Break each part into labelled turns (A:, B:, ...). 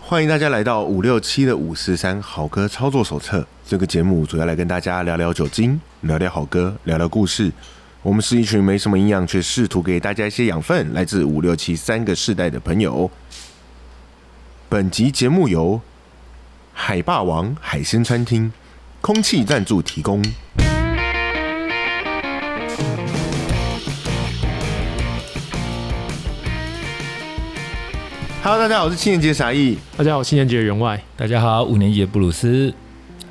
A: 欢迎大家来到五六七的五四三好歌操作手册。这个节目主要来跟大家聊聊酒精，聊聊好歌，聊聊故事。我们是一群没什么营养，却试图给大家一些养分，来自五六七三个世代的朋友。本集节目由海霸王海鲜餐厅空气赞助提供。Hello，大家好，我是七年级的傻义。
B: 大家好，我是新年节的 员外，
C: 大家好，五年级的布鲁斯。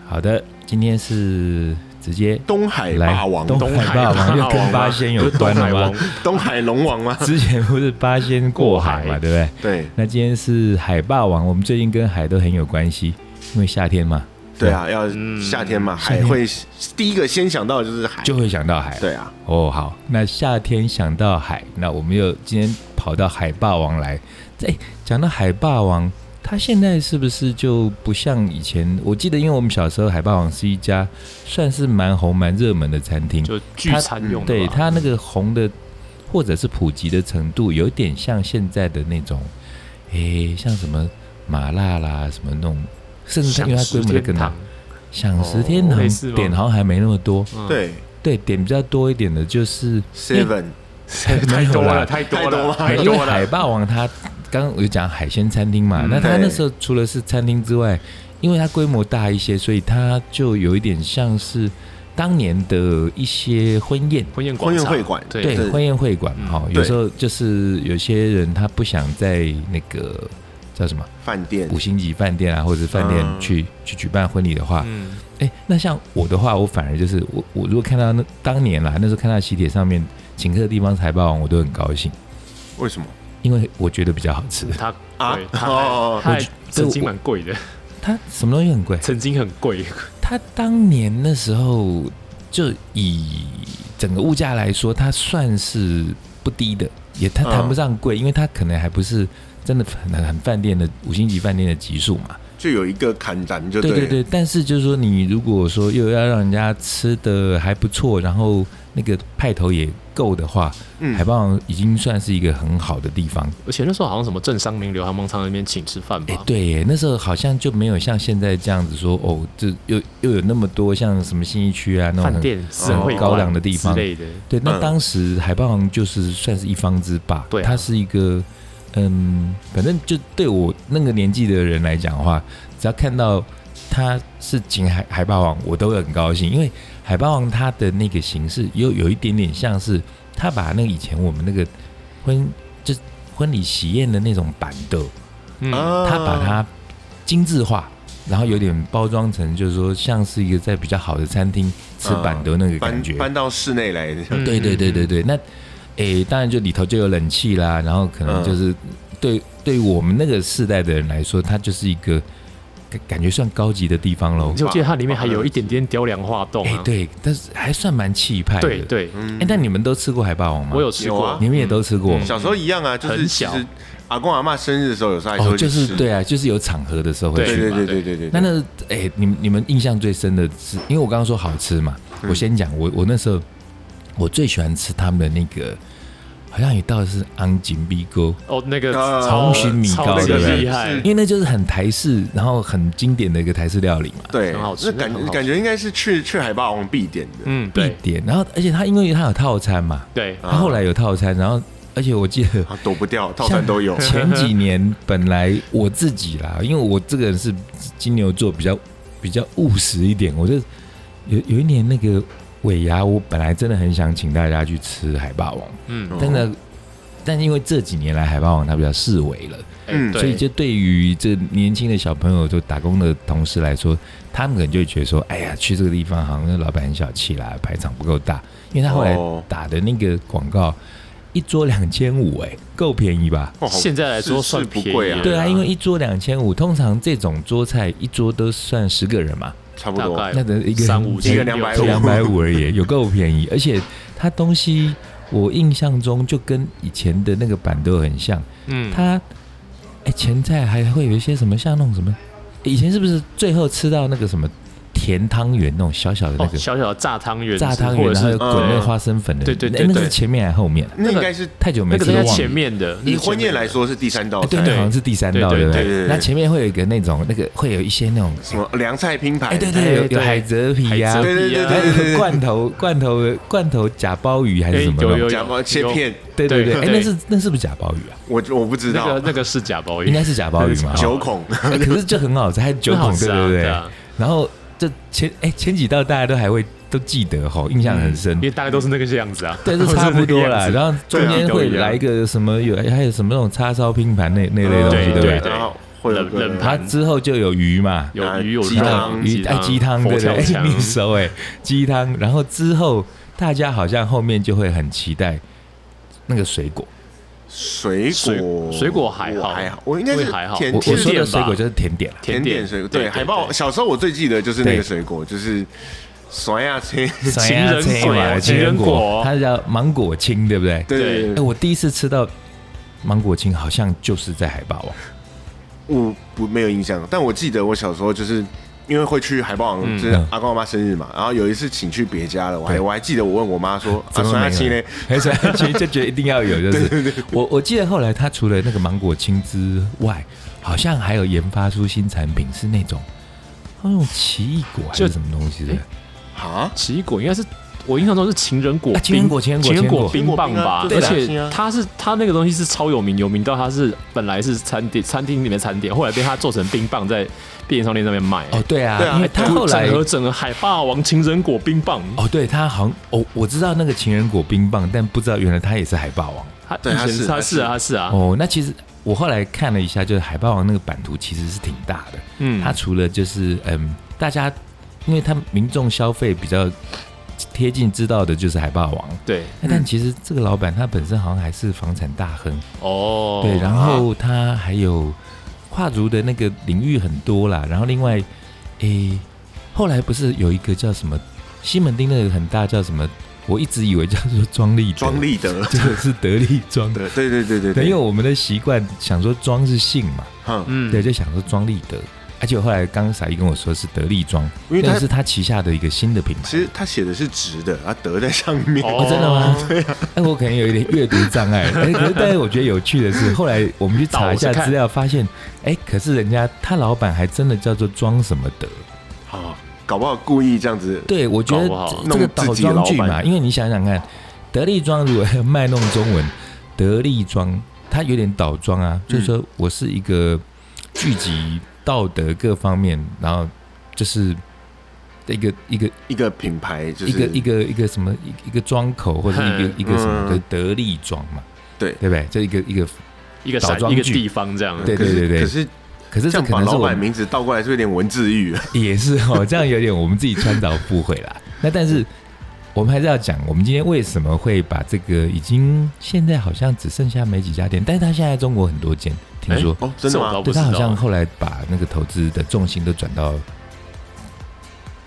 C: 好的，今天是直接
A: 东海
C: 来
A: 霸王，
C: 东海 霸王又跟八仙有关了吗？
A: 东海龙王吗？
C: 之前不是八仙过海嘛，对不对？
A: 对
C: 那今天是海霸王，我们最近跟海都很有关系，因为夏天嘛，
A: 对啊，要
B: 嗯
A: 夏天嘛，海
C: 天
A: 会第一个先想到的就是海，
C: 就会想到海。
A: 对啊，
C: 哦，好，那夏天想到海，那我们又今天跑到海霸王来。哎，讲到海霸王，它现在是不是就不像以前？我记得，因为我们小时候，海霸王是一家算是蛮红、蛮热门的餐厅。
B: 就聚餐用的吧
C: 对它那个红的或者是普及的程度，有点像现在的那种，诶、像什么麻辣啦，什么那种，甚至它因为它规模更大，享食天堂
B: 哦类似吗
C: 点好像还没那么多，
B: 嗯，
A: 对
C: 对，点比较多一点的就是
A: ，seven
B: 太多
C: 没有
B: 了，
C: 啦
B: 嗯太多
A: 太多
B: 了，
A: 了
B: 太
C: 因为
B: 多
C: 海
B: 了。
C: 霸王它刚刚有讲海鲜餐厅嘛，
B: 嗯
C: 那它
A: 对
C: 那时候除了是餐厅之外，因为它规模大一些，所以它就有一点像是当年的一些婚宴。
B: 婚宴
A: 婚
B: 广
A: 宴
B: 场，
A: 会馆，
B: 对
C: 对，
A: 对
C: 婚宴会馆
B: 嗯
C: 哈、
A: 对
C: 有时候就是有些人他不想在那个叫什么
A: 饭店
C: 五星级饭店啊，或者是饭店
A: 嗯
C: 去、去举办婚礼的话，
B: 嗯，
C: 哎、那像我的话，我反而就是我我如果看到那当年啦，那时候看到喜帖上面请客的地方是海霸王，我都很高兴，
A: 为什么
C: 因为我觉得比较好吃。
B: 它
A: 啊
B: 对？它
A: 哦，
B: 它还
C: 我
B: 曾经
C: 我
B: 蛮贵的，
C: 它什么东西很贵？
B: 曾经很贵，
C: 它当年那时候就以整个物价来说，它算是不低的，也它
A: 嗯
C: 谈不上贵，因为它可能还不是真的很很饭店的五星级饭店的级数嘛。
A: 就有一个砍斩，就
C: 对
A: 对
C: 对对，但是就是说，你如果说又要让人家吃的还不错，然后那个派头也够的话，
A: 嗯
C: 海霸王已经算是一个很好的地方。
B: 而且那时候好像什么政商名流，他们常常在那边请吃饭
C: 哎、
B: 吧，
C: 对耶，那时候好像就没有像现在这样子说哦，这又又有那么多像什么新一区啊那种
B: 饭
C: 很
B: 店、私人
A: 很
B: 会
C: 高
B: 馆
C: 档的地方
B: 之类的，
C: 对，那
A: 嗯
C: 当时海霸王就是算是一方之霸，
B: 对啊
C: 它是一个，嗯，反正就对我那个年纪的人来讲的话，只要看到他是请海海霸王，我都会很高兴，因为海霸王它的那个形式又有一点点像是他把那个以前我们那个婚就是婚礼喜宴的那种板凳，
B: 嗯，
A: 啊
C: 他把它精致化。然后有点包装成，就是说像是一个在比较好的餐厅吃板凳那个感觉
A: 搬，搬到室内来，
B: 嗯
C: 对对对对对，那诶、当然就里头就有冷气啦，然后可能就是对、对我们那个世代的人来说，它就是一个感感觉算高级的地方喽
B: 而。且我记得它里面还有一点点雕梁画栋
C: 哎、
B: 啊，
C: 对，但是还算蛮气派的。
B: 对
C: 哎、
B: 对，
A: 嗯
C: 但你们都吃过海霸王吗？
B: 我有，吃
A: 有
B: 过
A: 啊，
C: 你们也都吃过。
B: 嗯
A: 小时候一样啊，就是
B: 很
A: 其
B: 小
A: 实阿公阿妈生日的时候，有时候还是
C: 哦，
A: 会去
C: 就是
A: 吃
C: 对啊，就是有场合的时候会
A: 对
C: 去
A: 对
B: 嘛
A: 对
B: 对
A: 对对对。
C: 那那个哎、你们你们印象最深的是，因为我刚刚说好吃嘛，
A: 嗯
C: 我先讲，我我那时候我最喜欢吃他们的那个，好像有一道是昂锦逼哥，
B: 哦，那个
A: 啊
B: 超
C: 长裙米糕
B: 超级
C: 对不对
B: 厉害
A: 是，
C: 因为那就是很台式，然后很经典的一个台式料理嘛，
A: 对，
B: 很好吃
A: 那
B: 那很
A: 感
B: 好吃
A: 感觉应该是去去海霸王必点的，
B: 嗯，
C: 必
B: 对
C: 点。然后，而且它因为它有套餐嘛，
B: 对，
C: 它
A: 啊
C: 后来有套餐，然后而且我记得。
A: 啊躲不掉， 套餐都有
C: 前几年本来我自己啦，因为我这个人是金牛座，比较比较务实一点，我就有有一年那个尾牙，我本来真的很想请大家去吃海霸王，
B: 嗯，
C: 但
A: 哦
C: 呢。但因为这几年来海霸王它比较式微了，
B: 哎
A: 嗯
B: 对
C: 所以就对于这年轻的小朋友，就打工的同事来说，他们可能就会觉得说，哎呀，去这个地方好像那老板很小气啦，排场不够大。因为他后来
A: 哦
C: 打的那个广告，一桌两千五，哎，够便宜吧？
A: 哦好
B: 现在来说
A: 是
B: 算
A: 是不
B: 便宜
A: 贵啊，
B: 了
C: 对啊，因为一桌两千五，通常这种桌菜一桌都算十个人嘛，
A: 差不
B: 大
A: 多。
B: 概
C: 那个一个人
B: 三五
A: 一
B: 千
A: 个250
C: 两百五而 已，有够便宜。而且它东西，我印象中就跟以前的那个板豆很像，
B: 嗯，
C: 它哎、前菜还会有一些什么像那种什么，以前是不是最后吃到那个什么甜汤圆那种小小的那
B: 哦，
C: 个
B: 小小的炸汤圆是，
C: 炸汤
B: 或
C: 圆，
B: 者
C: 然后有
B: 是嗯
C: 滚那个花生粉的，
B: 对对对
C: 哎那
B: 对
C: 是前面还是后面啊？
A: 那应该是
C: 太久没
B: 那个
C: 吃，都
B: 是在
C: 忘
B: 前
C: 了。
B: 面的，
A: 以婚宴来说是第三道
C: 哎，
A: 菜，
C: 对对，好像是第三道，
B: 对
C: 不
A: 对对对
C: 对？那前面会有一个那种那个会有一些那种，
A: 什么凉菜拼盘，
C: 哎，对
B: 哎
C: 对，有有
B: 对
C: 海蜇
B: 海
C: 皮呀，
B: 蜇
A: 对对
B: 皮啊
A: 对对对
C: 罐头罐头罐头假鲍鱼还是
B: 哎
C: 什么
B: 有
C: 的
B: 有，
A: 假包切片，
C: 对对
B: 对
C: 对，
B: 哎
C: 哎，
B: 对
C: 那是那是不是假鲍鱼啊？
A: 我我不知
B: 那
A: 道
B: 个，那个是假包
C: 应
B: 鱼
C: 该，是假鲍鱼 嘛，
A: 九孔，
C: 哎可是就很好吃，还有九
B: 很
C: 孔，
B: 好吃
C: 对
B: 啊
C: 对
B: 对
C: 对
B: 啊。
C: 然后这前哎前几道大家都还会都记得吼，印象很深
B: 因。为大概都是那个样子啊，
C: 但是差不多啦，
B: 啦。
C: 然后中间会来一个什么有，还有什么那种叉烧拼盘那那类东西，
B: 对
C: 对
B: 对
C: 不对？
B: 对
A: 然后会有个
B: 冷冷
C: 它之后就有鱼嘛，
B: 有
A: 啊
B: 鱼有
A: 鸡
B: 肉
A: 汤
C: 鱼哎鸡汤
B: 佛
C: 对不对？
B: 跳
C: 哎
B: 墙，
C: 你熟哎鸡汤，然后之后大家好像后面就会很期待那个水果。
A: 水果
B: 水水果还好
A: 我还好，我应该是
B: 我也还好
A: 甜
C: 我我
A: 甜
C: 说
A: 点
C: 的
B: 点吧
C: 水果就是甜点啦，
A: 甜点水果，对海报。小时候我最记得就是那个水果，就是酸呀切，
B: 情人
C: 酸
B: 果
C: 呀菜嘛
B: 情
C: 情
B: 人
C: 人
B: 果
C: 果，它叫芒果青，对不对？
A: 对
B: 对
A: 对
C: 哎，
A: 对，
C: 我第一次吃到芒果青，好像就是在海霸王。
A: 我不没有印象，但我记得我小时候就是。因为会去海报王，就是
C: 嗯
A: 阿公阿妈生日嘛，然后有一次请去别家了，我还
C: 对
A: 我还记得我问我妈说，啊
C: 怎么
A: 酸
C: 没
A: 呀切
C: 有哎
A: 呢？？
C: 很酸 辣青就觉得一定要有， 就是我我记得后来他除了那个芒果青之外，好像还有研发出新产品是那种那种奇异果还
B: 就是
C: 什么东西的
B: 哎。
A: 啊，
B: 奇异果应该是我印象中是情人果
C: 啊
B: 冰，
C: 情人果情人果
A: 情人
B: 冰
A: 果
B: 棒吧，
A: 对
B: 而
A: 啦是
B: 且
A: 啊
B: 它是它那个东西是超有名，有名到它是本来是餐点餐厅里面的餐点，后来被它做成冰棒在便利商店上面卖。
C: 哦，对啊
A: 对，啊
C: 因为他后来
B: 整合整个海霸王情人果冰棒，
C: 哦，对他好像哦，我知道那个情人果冰棒，但不知道原来他也是海霸王。
B: 它
A: 对
B: 以前
A: 它是
B: 它是啊
A: 它
B: 它是啊，
C: 哦，那其实我后来看了一下，就是海霸王那个版图其实是挺大的。
B: 嗯，
C: 它除了就是嗯，大家因为他民众消费比较贴近知道的就是海霸王，
B: 对
C: 那但其实这个老板他本身好像还是房产大亨，
B: 哦，
C: 对，然后他还有跨足的那个领域很多啦。然后另外，诶、后来不是有一个叫什么西门町那个很大叫什么？我一直以为叫做庄立德
A: 庄， 立德，
C: 这个是德利庄的。
A: 对对对对对
C: 对，
A: 对，
C: 因为我们的习惯想说庄是姓嘛，
A: 哼
B: 嗯
C: 对，就想说庄立德。而且后来刚刚傻一跟我说是德利庄，
A: 因为他
C: 那是他旗下的一个新的品牌。
A: 其实他写的是直的，啊，德在上面。
C: 哦，真的吗？
B: 对，
C: 哎，我可能有一点阅读障 碍，哎，可是但是我觉得有趣的是，后来我们去查一下资料，发现，哎，可是人家他老板还真的叫做庄什么德，
A: 好，搞不好故意这样子。
C: 对我觉得
B: 搞不好
C: 这这个
A: 弄
C: 倒
A: 自己老
C: 装
A: 板
C: 句嘛，因为你想想看，德利庄如果卖弄中文，德利庄它有点倒装啊，
A: 嗯
C: 就是说我是一个聚集道德各方面，然后就是一个一个
A: 一个品牌就是
C: 一个一个一个什么一一个庄口或者一个
B: 嗯
C: 一个什么的
A: 嗯
C: 得力庄嘛，
A: 对
C: 对不对？这一个一个，
B: 一个
C: 倒
B: 山
C: 装
B: 一个
C: 具
B: 地方这样，
C: 对
A: 可是
C: 对对
A: 可是
C: 可
A: 这
C: 是这
A: 样
C: 可
A: 把
C: 能是
A: 老
C: 我
A: 板
C: 们
A: 名字倒过来是有点文字狱。
C: 也是哦，这样有点我们自己穿凿附会啦。 那但是我们还是要讲，我们今天为什么会把这个已经现在好像只剩下没几家店，但是它现在中国很多间，听说，
A: 哦，真的
B: 这我
A: 吗？
B: 倒不
C: 对
B: 知
C: 他
B: 道
C: 好像后来把那个投资的重心都转到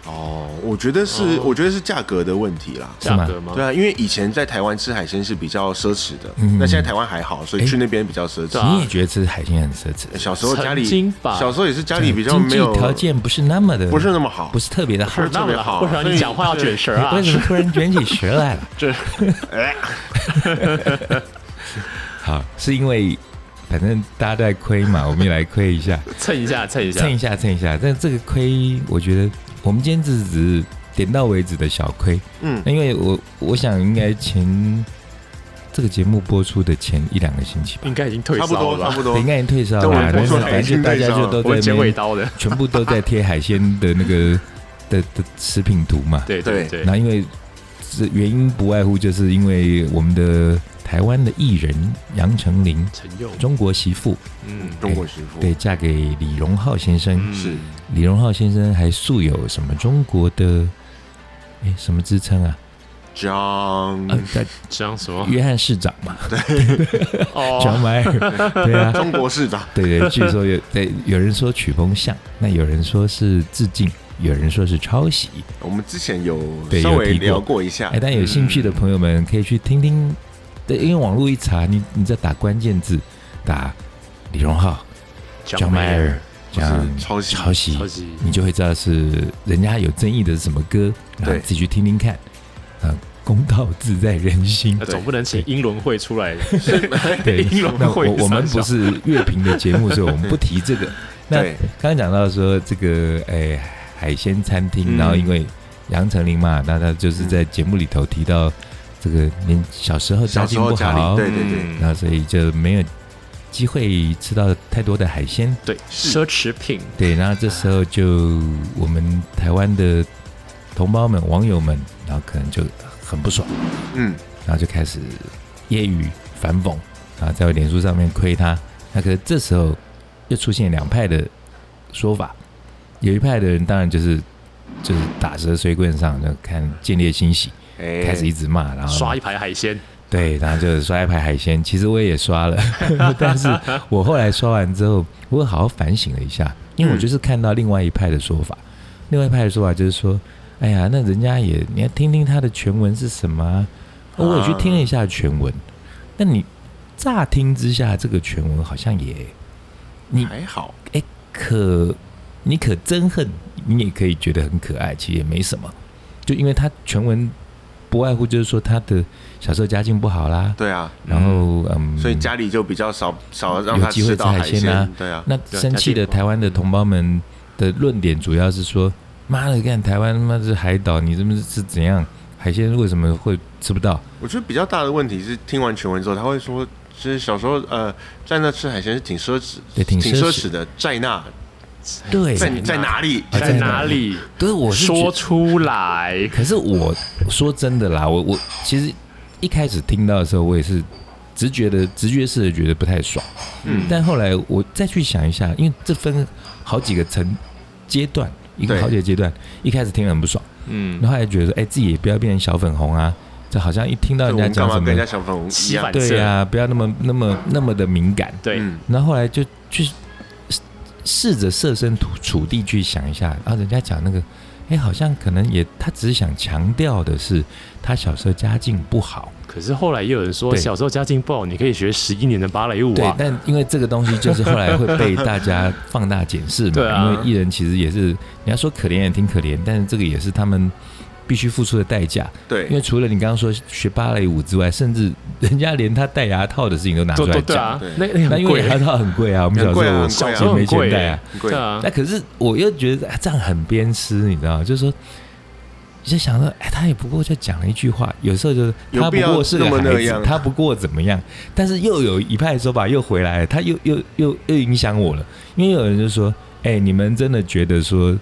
A: 哦，我觉得是，
B: 哦
A: 我觉得是价格的问题啦。
C: 是
B: 价
C: 吗
B: 格吗？
A: 对啊，因为以前在台湾吃海鲜是比较奢侈的，
C: 嗯
A: 那现在台湾还好，所以
C: 哎
A: 去那边比较奢侈
B: 对。啊
C: 你也觉得吃海鲜很奢侈，
A: 小时候家里
B: 曾经吧
A: 小时啊候也是家里比较
C: 经
A: 没
C: 济
A: 有
C: 条件不是那么的，
A: 不是那么好
C: 不。是特别的好
A: 不。是特别啊好
B: 为什么你讲话要卷舌啊
C: 为？什么突然卷起舌 来了？
B: 这
A: 哎
C: 好，是因为反正大家都在亏嘛，我们也来亏一下，
B: 蹭一下蹭一下
C: 蹭，一下蹭一下。但这个亏，我觉得我们今天只只是点到为止的小亏。
A: 嗯
C: 那因为我我想应该前这个节目播出的前一两个星期吧，
B: 应该已经退
A: 差不
B: 烧
A: 多
B: 了
A: 差
B: 吧？
A: 不多
C: 应。该已经退烧
A: 等我
C: 了，
A: 播
C: 但
A: 出
C: 是
A: 来
C: 反
A: 已经
C: 正大家
A: 退烧
C: 就
A: 了
C: 都
B: 我
C: 在
B: 们
C: 那
B: 剪尾
C: 边
B: 刀的，
C: 全部都在贴海鲜的那个的的食品图嘛。
B: 对
A: 对
B: 对，
C: 那因为这原因不外乎就是因为我们的台湾的艺人杨丞琳，
B: 陈佑，
C: 中国媳妇，
B: 嗯，
A: 中国师傅
C: 对，嫁给李荣浩先生。
B: 嗯
A: 是
C: 李荣浩先生还素有什么中国的哎什么之称啊？
A: 张
B: 嗯
C: 呃，在
B: 讲什么？
C: 约翰市长嘛，
B: 哦
C: 乔，迈尔，对啊，
A: 中国市长，
C: 对对，据说有对有人说曲风像，那有人说是致敬，有人说是抄袭。
A: 我们之前有
C: 对
A: 稍
C: 有
A: 微
C: 提过
A: 聊过一下
B: 啊
C: 哎，。但有兴趣的朋友们可以去听听，对，因为网络一查，你你只要打关键字，打李荣浩、
B: 讲迈尔，
C: 像
A: 抄袭
C: 抄袭
B: 超，级
C: 你就会知道是人家有争议的是什么歌，然后
A: 对
C: 自己去听听看。嗯，公道自在人心
B: 那。
A: 对
B: 总不能请英伦会出来，
C: 对，
B: 英伦
C: 那
B: 会
C: 我我们不是乐评的节目，所以我们不提 这个。那
A: 对
C: 刚刚讲到说这个哎海鲜餐厅，
A: 嗯
C: 然后因为杨丞琳嘛，那他就是在节目里头提到这个您小时候家
A: 小时
C: 境
A: 候
C: 不
A: 家里
C: 好，
A: 对对对，
B: 嗯
C: 然后所以就没有机会吃到太多的海鲜。
B: 对
A: 是
B: 奢侈品，
C: 对，然后这时候就我们台湾的同胞们、网友们，然后可能就很不爽，
A: 嗯，
C: 然后就开始揶揄、反讽，然后在脸书上面亏他。那可是这时候又出现两派的说法，有一派的人当然就是就是打蛇随棍上，就看见猎欣喜，
A: 哎，
C: 开始一直骂，然后
B: 刷一排海鲜，
C: 对，然后就刷一排海鲜。其实我也刷了，但是我后来刷完之后，我好好反省了一下，因为我就是看到另外一派的说法，另外一派的说法就是说，哎呀，那人家也你要听听他的全文是什么、啊。我也去听了一下全文，那你乍听之下，这个全文好像也你
A: 还好，
C: 哎可你可憎恨，你也可以觉得很可爱，其实也没什么，就因为他全文不外乎就是说他的小时候家境不好啦，
A: 对啊，
C: 然后嗯，
A: 所以家里就比较少少让
C: 有
A: 他
C: 机会
A: 吃
C: 吃
A: 到
C: 海
A: 海
C: 鲜啊
A: 鲜，对啊，
C: 那
B: 对
C: 生气
B: 家境
C: 的
B: 不好
C: 台湾的同胞们的论点主要是说，妈的，看台湾他妈是海岛，你这么是怎样？海鲜为什么会吃不到？
A: 我觉得比较大的问题是，听完全文之后，他会说，其实小时候呃，在那吃海鲜是挺奢侈，
C: 对挺奢侈
A: 奢侈的，在那
C: 对
A: 在
B: 哪
A: 在哪里？
C: 啊
B: 在哪里？
C: 对，我是觉
B: 说出来，
C: 可是我说真的啦，我我其实一开始听到的时候，我也是直觉的直觉式的觉得不太爽，
A: 嗯，
C: 但后来我再去想一下，因为这分好几个层阶段，一个
A: 对
C: 好几个阶段，一开始听了很不爽，
B: 嗯
C: 然，后还觉得说，哎、自己也不要变成小粉红啊，这好像一听到
A: 对我们
C: 人家
A: 干
C: 讲
A: 嘛
C: 什
A: 跟
C: 么
A: 人，家小粉红一
B: 洗
A: 样
B: 版？
C: 对
B: 色
C: 呀、不要那么那么那么的敏感。
B: 对，
A: 嗯
C: 然后后来就去试试着设身处处地去想一下，然后人家讲那个，哎，好像可能也他只是想强调的是他小时候家境不好，
B: 可是后来也有人说，
C: 对
B: 小时候家境不好，你可以学十一年的芭蕾舞
C: 对
B: 啊，。
C: 但因为这个东西就是后来会被大家放大检视嘛，
B: 对啊
C: 因为艺人其实也是你要说可怜也挺可怜，但是这个也是他们。必须付出的代价，因
A: 对
C: 为除了你刚刚说学芭蕾舞之外，甚至人家连他戴牙套的事情都拿出
B: 对
C: 来
B: 对
C: 讲。
B: 对啊
A: 对，
B: 那那
C: 那
B: 很
C: 因为
B: 贵，
C: 牙套很贵啊，我们小
A: 很贵
C: 时候
A: 啊
C: 我
A: 很贵啊
C: 也没钱戴啊
B: 耶。
A: 很贵
B: 对，啊
C: 那，可是我又觉得、啊、这样很鞭尸，你知道吗？就是说，你就想说，哎，他也不过就讲了一句话，有时候就是
A: 有
C: 他不
A: 必要
C: 过是个
A: 那么那
C: 孩子
A: 样，
C: 他不过怎么样？但是又有一派说法又回来了，他又又又又影响我了，因为有人就说，哎，你们真的觉得说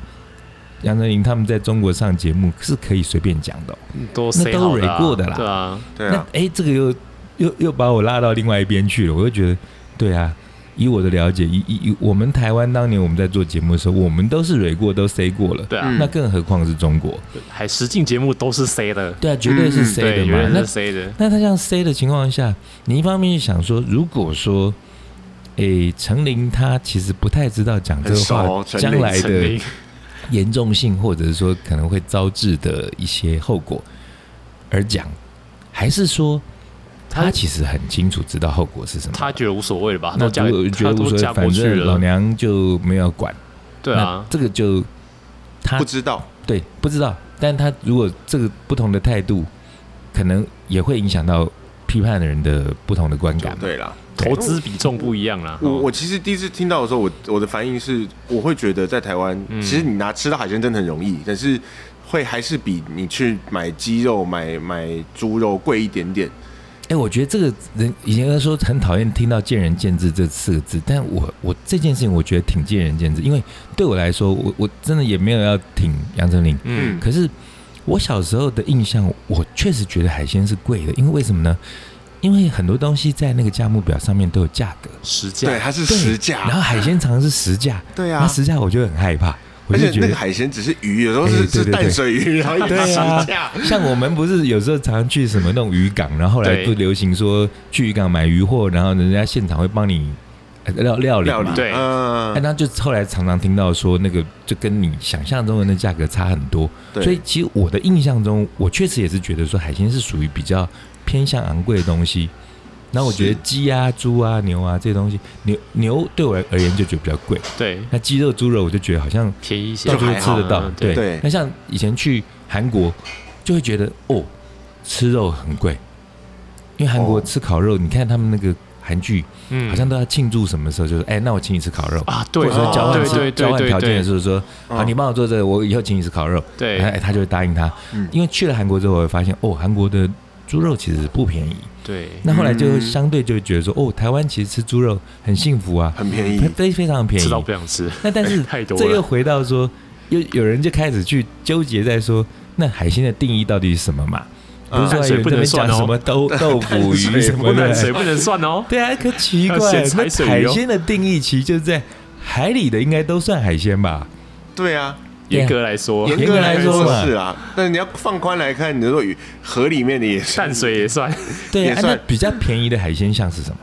C: 杨丞琳他们在中国上节目是可以随便讲的哦、
B: 都
C: 那
B: say
C: 都
B: 好的啊
C: rate 过的啦
B: 对啊，
A: 对
C: 那
A: 啊，
C: 哎，这个又又又把我拉到另外一边去了，我就觉得，对啊。以我的了解，以以以我们台湾当年我们在做节目的时候，我们都是蕊过，都 say 过了，
B: 对啊
A: 嗯，
C: 那更何况是中国？
B: 还实境节目都是 C 的，
C: 对啊，绝对是 C 的
B: 嗯对，
C: 嘛。
B: 原来
C: 那
B: 是 C 的，
C: 那他这样 C 的情况下，你一方面想说，如果说，诶，陈琳她其实不太知道讲这个
A: 很熟
C: 话
A: 哦陈
C: 将
A: 琳
C: 来
B: 陈
C: 的
B: 琳
C: 严重性，或者是说可能会招致的一些后果而讲，还是说
B: 他
C: 她其实很清楚知道后果是什么？
B: 他觉得无所谓了吧？
C: 那
B: 都嫁
C: 如果觉得
B: 他
C: 无
B: 都
C: 所
B: 嫁
C: 谓，
B: 过
C: 反
B: 去
C: 正老
B: 了，
C: 娘就没有管。
B: 对啊
C: 那，这个就他
A: 不知道，
C: 对，不知道，但他如果这个不同的态度，可能也会影响到批判的人的不同的观感。
A: 对啦。哎
B: 投资比重不一样啦。
A: 我
B: 哦
A: 我其实第一次听到的时候，我我的反应是，我会觉得在台湾，
C: 嗯
A: 其实你拿吃到海鲜真的很容易，但是会还是比你去买鸡肉、买买猪肉贵一点点。
C: 哎，我觉得这个人以前说很讨厌听到“见仁见智”这四个字，但我我这件事情我觉得挺见仁见智，因为对我来说，我我真的也没有要挺杨丞琳，
B: 嗯，
C: 可是我小时候的印象，我确实觉得海鲜是贵的，因为为什么呢？因为很多东西在那个价目表上面都有价格，
B: 实价
A: 对，它是
C: 对
A: 实价，
C: 然后海鲜常常是实价，
A: 对啊
C: 那实价我就很害怕，我
A: 而
C: 就
A: 且
C: 觉
A: 那
C: 得
A: 个海鲜只是鱼，有时候
C: 哎
A: 是
C: 对对
A: 是
C: 对
A: 淡水鱼，然后 一
C: 对
A: 起
C: 啊
A: 架。，
C: 像我们不是有时候常常去什么那种渔港，然后后来
B: 对
C: 不流行说去渔港买鱼货，然后人家现场会帮你呃料料理
A: 料
C: 嘛
A: 理，
B: 对
C: 哎，
A: 嗯，
C: 那就后来常常听到说那个就跟你想象中的那价格差很多，
A: 对
C: 所以其实我的印象中，我确实也是觉得说海鲜是属于比较偏向昂贵的东西，然后我觉得鸡啊、猪啊、牛啊这些东西，牛牛对我而言就觉得比较贵，
B: 对，
C: 那鸡肉、猪肉我就觉得好像
B: 便宜一些
C: 到处都
A: 还
C: 吃
A: 好啊
C: 得到
B: 嗯。
C: 对，
A: 对
C: 那像以前去韩国，就会觉得哦，吃肉很贵，因为韩国
A: 哦
C: 吃烤肉，你看他们那个韩剧，
B: 嗯
C: 好像都要庆祝什么时候，就是哎，那我请你吃烤肉。
B: 啊，对，
C: 或者说交换
B: 对
C: 吃
B: 对
C: 交换
B: 对
C: 条
B: 对
C: 件的
B: 对
C: 时候说，
A: 嗯
C: 好，你帮我做这个，我以后请你吃烤肉，
B: 对
C: 哎，他就会答应他
A: 嗯。
C: 因为去了韩国之后，我会发现哦，韩国的猪肉其实不便宜。
B: 对，
C: 那后来就
A: 嗯
C: 相对就会觉得说，哦，台湾其实吃猪肉很幸福啊，
A: 很便宜
C: 非，非非常便宜
B: 吃。到不想吃，
C: 那但是
B: 太多
C: 这又
B: 了，
C: 回到说，又有人就开始去纠结在说，那海鲜的定义到底是什么嘛？不是
A: 嗯
C: 说
B: 淡
C: 有
B: 啊水
C: 人
B: 不
C: 这边
B: 能算
C: 讲
B: 哦
C: 什么 豆豆腐
A: 淡水
C: 鱼什么
B: 不
C: 的
B: 能，水不能算哦。
C: 对啊，可奇怪
B: 还有，咸菜
C: 那
B: 水
C: 海
B: 鱼哦
C: 鲜的定义其实就是在海里的应该都算海鲜吧？
A: 对啊，
B: 严格来说，
A: 严
C: 严
A: 格
C: 格
A: 来
C: 来说嘛
A: 是啊，但你要放宽来看，你说鱼河里面的也是
B: 淡水也算，
C: 对啊，
A: 也
C: 啊
A: 算
C: 那比较便宜的海鲜像是什么？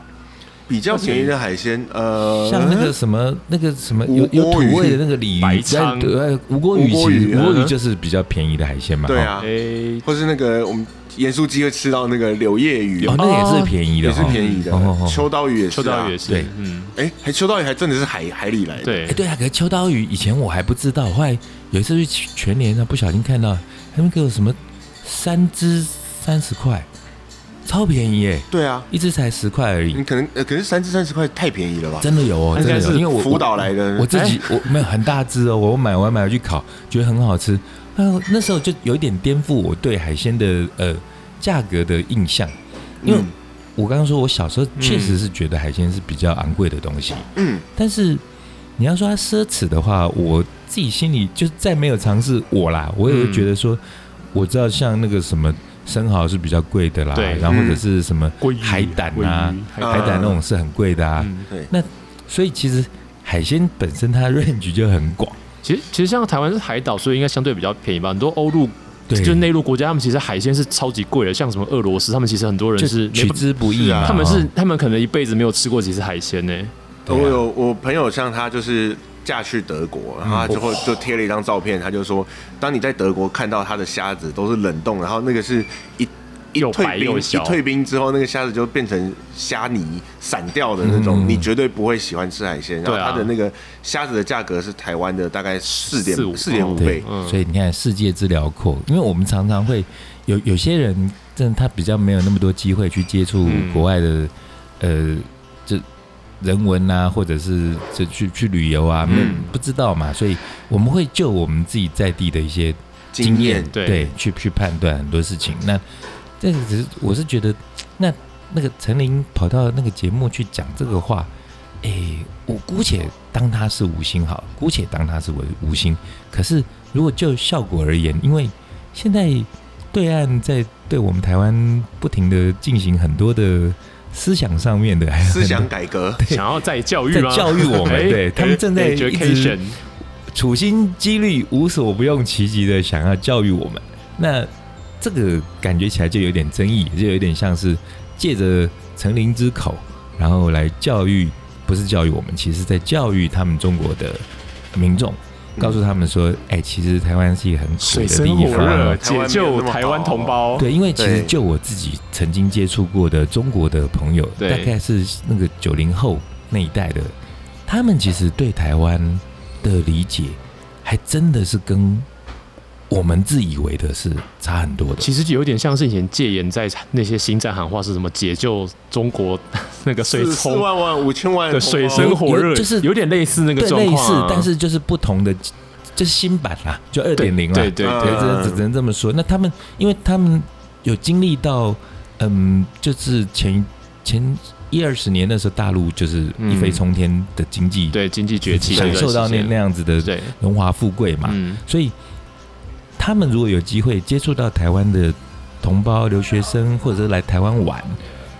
A: 比较便宜的海鲜，呃，
C: 像那个什么那个什么有
A: 无
C: 有
A: 锅
C: 土
A: 鱼
C: 味的那个鲤鱼，
B: 白鲳
C: 对呃无锅鱼
A: 无
C: 其
A: 锅鱼
C: 实无锅
A: 嗯
C: 鱼
A: 哼
C: 就是比较便宜的海鲜嘛。
A: 对
C: 哈
A: 啊，
B: 哎，
A: 或是那个我们盐酥鸡会吃到那个柳叶鱼，
C: 哦，那个也是便宜的
A: 也
C: 哦，
A: 是便宜的
C: 哦哦哦，
A: 秋刀鱼也是
B: 秋
A: 啊，
B: 刀鱼也是
C: 对，
B: 嗯，
A: 哎，还秋刀鱼还真的是海海里来的，，
B: 对
C: 哎，，对啊，可是秋刀鱼以前我还不知道，后来有一次去全全联啊呢，不小心看到他们给我什么三只三十块，超便宜耶，
A: 对啊，
C: 一只才十块而已
A: 你，可能呃，可是三只三十块太便宜了吧？
C: 真的有哦，
B: 应
C: 真
B: 该
C: 的有，
B: 是
C: 因为我
A: 福岛来的，
C: 我我自己我
B: 哎
C: 没有很大只哦，我买我还买回去烤，觉得很好吃，那那时候就有一点颠覆我对海鲜的呃价格的印象，因为
A: 嗯
C: 我刚刚说我小时候确
B: 嗯
C: 实是觉得海鲜是比较昂贵的东西，
A: 嗯，
C: 但是你要说它奢侈的话，我自己心里就再没有尝试我啦，我也会觉得说，我知道像那个什么生蚝是比较贵的啦
B: 对，
C: 然后或者
A: 嗯
C: 是什么
B: 鲑鱼
C: 海胆啊
B: 鲑鱼、
A: 嗯
C: 海胆那种是很贵的啊，
B: 嗯
A: 对，
C: 所以其实海鲜本身它的 range 就很广，
B: 其实其实像台湾是海岛，所以应该相对比较便宜吧。很多欧陆
C: 对，
B: 就是内陆国家，他们其实海鲜是超级贵的，像什么俄罗斯，他们其实很多人
C: 就是
B: 没
C: 取
B: 办
C: 之不易
A: 是
C: 嘛，
A: 啊
B: 他们是
C: 哦
B: 他们可能一辈子没有吃过几次海鲜呢。
C: 对啊
A: 我有我朋友像他就是嫁去德国，然后他就会就贴了一张照片，他就说，当你在德国看到他的虾子都是冷冻，然后那个是一。一
B: 又
A: 退
B: 白
A: 冰，
B: 又
A: 一
B: 小
A: 退冰之后，那个虾子就变成虾泥散掉的那种，
C: 嗯
A: 你绝对不会喜欢吃海鲜。然后
B: 对啊
A: 它的那个虾子的价格是台湾的大概四点
B: 四五
A: 四点五
B: 对
A: 倍
C: 对，
B: 嗯，
C: 所以你看世界之辽阔，因为我们常常会有有些人，真的他比较没有那么多机会去接触
B: 嗯
C: 国外的，呃，这人文啊，或者是这去去旅游啊，没有
B: 嗯
C: 不知道嘛，所以我们会就我们自己在地的一些
A: 经验
C: 验，
B: 对
C: 去去判断很多事情。那这个只是我是觉得，那那个陈琳跑到那个节目去讲这个话，诶、我姑且当他是无心好，姑且当他是为无心。可是如果就效果而言，因为现在对岸在对我们台湾不停的进行很多的思想上面的还有很
A: 思
C: 多
A: 想改革，
B: 想要再教育
C: 在
B: 吗？
C: 教育我们
B: 哎
C: 对他们正在一直
B: education，
C: 处心积虑、无所不用其极的想要教育我们。那这个感觉起来就有点争议，就有点像是借着陈琳之口，然后来教育，不是教育我们，其实是在教育他们中国的民众，告诉他们说：“哎、其实台湾是一个很
B: 水
C: 苦的
B: 深
C: 地
B: 火热，
C: 方。”
A: 台湾没有
B: 解救
A: 那么好
B: 台湾同胞。
C: 对，因为其实
A: 对
C: 就我自己曾经接触过的中国的朋友，
B: 对
C: 大概是那个九零后那一代的，他们其实对台湾的理解，还真的是跟我们自以为的是差很多的。
B: 其实有点像是以前戒严在那些新战喊话是什么解救中国那个水
A: 四四
B: 冲
A: 万万五千万
B: 的水
A: 同胞
B: 深火热，
C: 有就是
B: 有点类似那个
C: 对，
B: 状
C: 类
B: 况
C: 似
B: 啊、，
C: 但是就是不同的，就是新版啦，就二
B: 对
C: 点零啦，
B: 对对
A: 嗯
B: 对
C: 对，只只能这么说。那他们，因为他们有经历到，嗯，就是前前一二十年那时候，大陆就是一飞
B: 嗯
C: 冲天的经济，
B: 对经济崛起那
C: 享
B: 段时间，
C: 受到那那样子的
B: 对，
C: 荣华富贵嘛。
B: 嗯，
C: 所以他们如果有机会接触到台湾的同胞、留学生，或者是来台湾玩，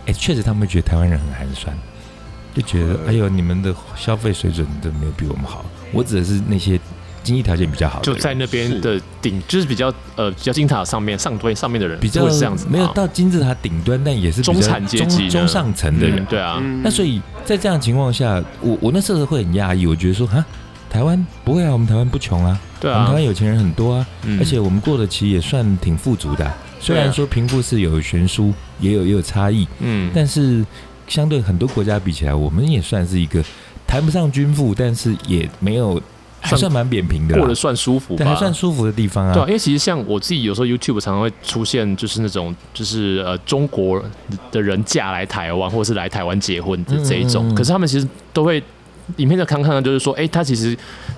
C: 哎、确实他们会觉得台湾人很寒酸，就觉得
A: 呃
C: 哎呦，你们的消费水准都没有比我们好。我指的是那些经济条件比较好的
B: 就
C: 人，
B: 在那边的顶，就是比较呃比较金字塔上面上对上面的人
C: 比较
B: 会是这样子吗，啊
C: 没有到金字塔顶端，但也是比较
B: 中产阶级
C: 中
B: 呢
C: 中上层的人。
B: 嗯对啊，
A: 嗯
C: 那所以在这样的情况下，我我那时候会很讶异，我觉得说哈，台湾不会啊，我们台湾不穷啊，
B: 对
C: 我们台
B: 啊
C: 湾，有钱人很多啊，
B: 嗯
C: 而且我们过得其实也算挺富足的啊、虽然说贫富是有悬殊，也有也有差异，
B: 嗯，
C: 但是相对很多国家比起来，我们也算是一个谈不上均富，但是也没有还
B: 算
C: 算蛮扁平的
B: 过得
C: 啦，
B: 算舒服
C: 对，
B: 吧，
C: 还算舒服的地方啊。
B: 对啊，因为其实像我自己有时候 YouTube 常常会出现，就是那种就是呃中国的人嫁来台湾，或者是来台湾结婚的这一种，
C: 嗯嗯嗯
B: 可是他们其实都会。影片就看看到，就是说，哎、他其实，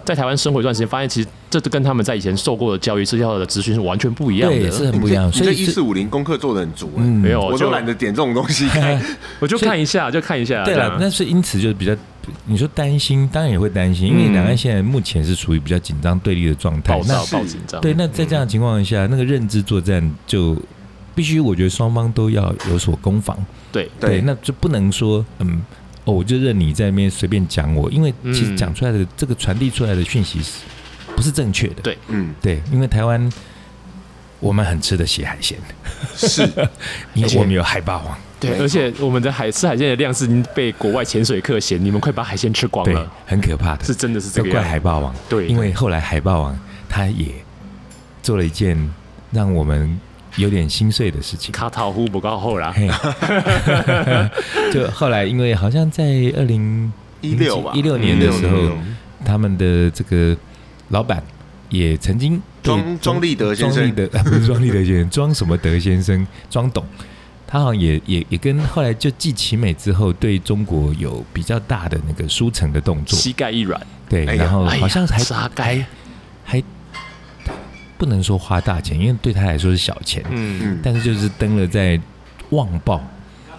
B: 在台湾生活一段时间，发现其实这都跟他们在以前受过的教育、受到的资讯是完全不一样
C: 对，
B: 的。
C: 是很不一样。
A: 你
C: 所
A: 这
C: 以
A: 一
C: 是
A: 四五零功课做的很足、欸，
C: 嗯
B: 没有，
A: 我
B: 就
A: 都懒得点这种东 西看。
B: 我就
C: 所以
B: 看一下，就看一下。
C: 对
B: 这
C: 了
B: 样，啊
C: 那是因此就比较，你说担心，当然也会担心，因为
B: 嗯
C: 两岸现在目前是处于比较紧张对立的状态
B: 暴。
C: 那
B: 躁、暴紧张。
C: 对，那在这样的情况下，那个认知作战就必须，我觉得双方都要有所攻防。
B: 对，
C: 对，那就不能说嗯。哦，我就任你在那边随便讲我，因为其实
B: 嗯
C: 讲出来的、这个传递出来的讯息是不是正确的？
B: 对
A: 嗯，
C: 对，因为台湾我们很吃得起海鲜，
A: 是
B: 而
C: 因为
B: 且
C: 我们有海霸王，
B: 对，
A: 没
B: 而且我们的海吃海鲜的量是已经被国外潜水客嫌，你们快把海鲜吃光
C: 对
B: 了，，
C: 很可怕的，
B: 是真的是这
C: 要
B: 个
C: 怪
B: 样。
C: 海霸王。
B: 对，
C: 因为后来海霸王他也做了一件让我们有点心碎的事情。
B: 卡塔呼不够厚啦，
C: 嘿， 就后来因为好像在二零
A: 一六吧，
C: 16年
B: 的
C: 时候
A: 16
C: 他们的这个老板也曾经对
A: 庄庄立德先
C: 庄立
A: 生，
C: 德、啊 不是庄立德先 生，庄什么德先生，庄董，他好像也也也跟后来就继奇美之后，对中国有比较大的那个输诚的动作，
B: 膝盖一软，
C: 对，
A: 哎呀
C: 然后
B: 哎呀
C: 好像还
B: 沙该，
C: 还不能说花大钱，因为对他来说是小钱，
B: 嗯，
A: 嗯，
C: 但是就是登了在旺报，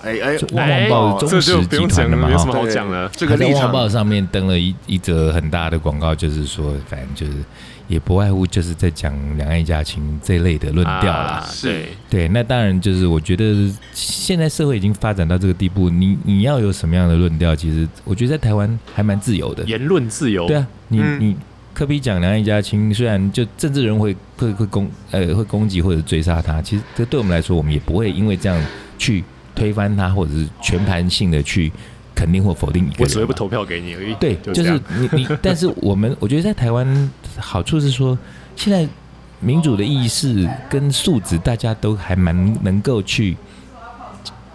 A: 哎哎，
C: 就旺
A: 哎
B: 哎
C: 报
A: 哦
C: 中
B: 这就
C: 石
B: 不
C: 集
B: 用
C: 团
B: 讲
C: 的嘛
B: 了，没有什么。
C: 哈
B: 好讲了。
A: 这个
C: 他在
A: 立
C: 旺
A: 场，
C: 报上面登了一一则很大的广告，就是说，反正就是也不外乎就是在讲两岸一家亲这类的论调啦。
B: 啊
A: 是
B: 对，
C: 对，那当然就是我觉得现在社会已经发展到这个地步，你你要有什么样的论调，其实我觉得在台湾还蛮自由的。
B: 言论自由，
C: 对啊，你、
A: 嗯
C: 你科比讲两岸一家亲，虽然就政治人会会会攻呃会攻击或者追杀他，其实这对我们来说，我们也不会因为这样去推翻他，或者是全盘性的去肯定或否定一个人嘛。
B: 我只会不投票给你而已。
C: 对，
B: 就
C: 就
B: 这
C: 是
B: 样
C: 你你，但是我们我觉得在台湾好处是说，现在民主的意识跟素质，大家都还蛮能够去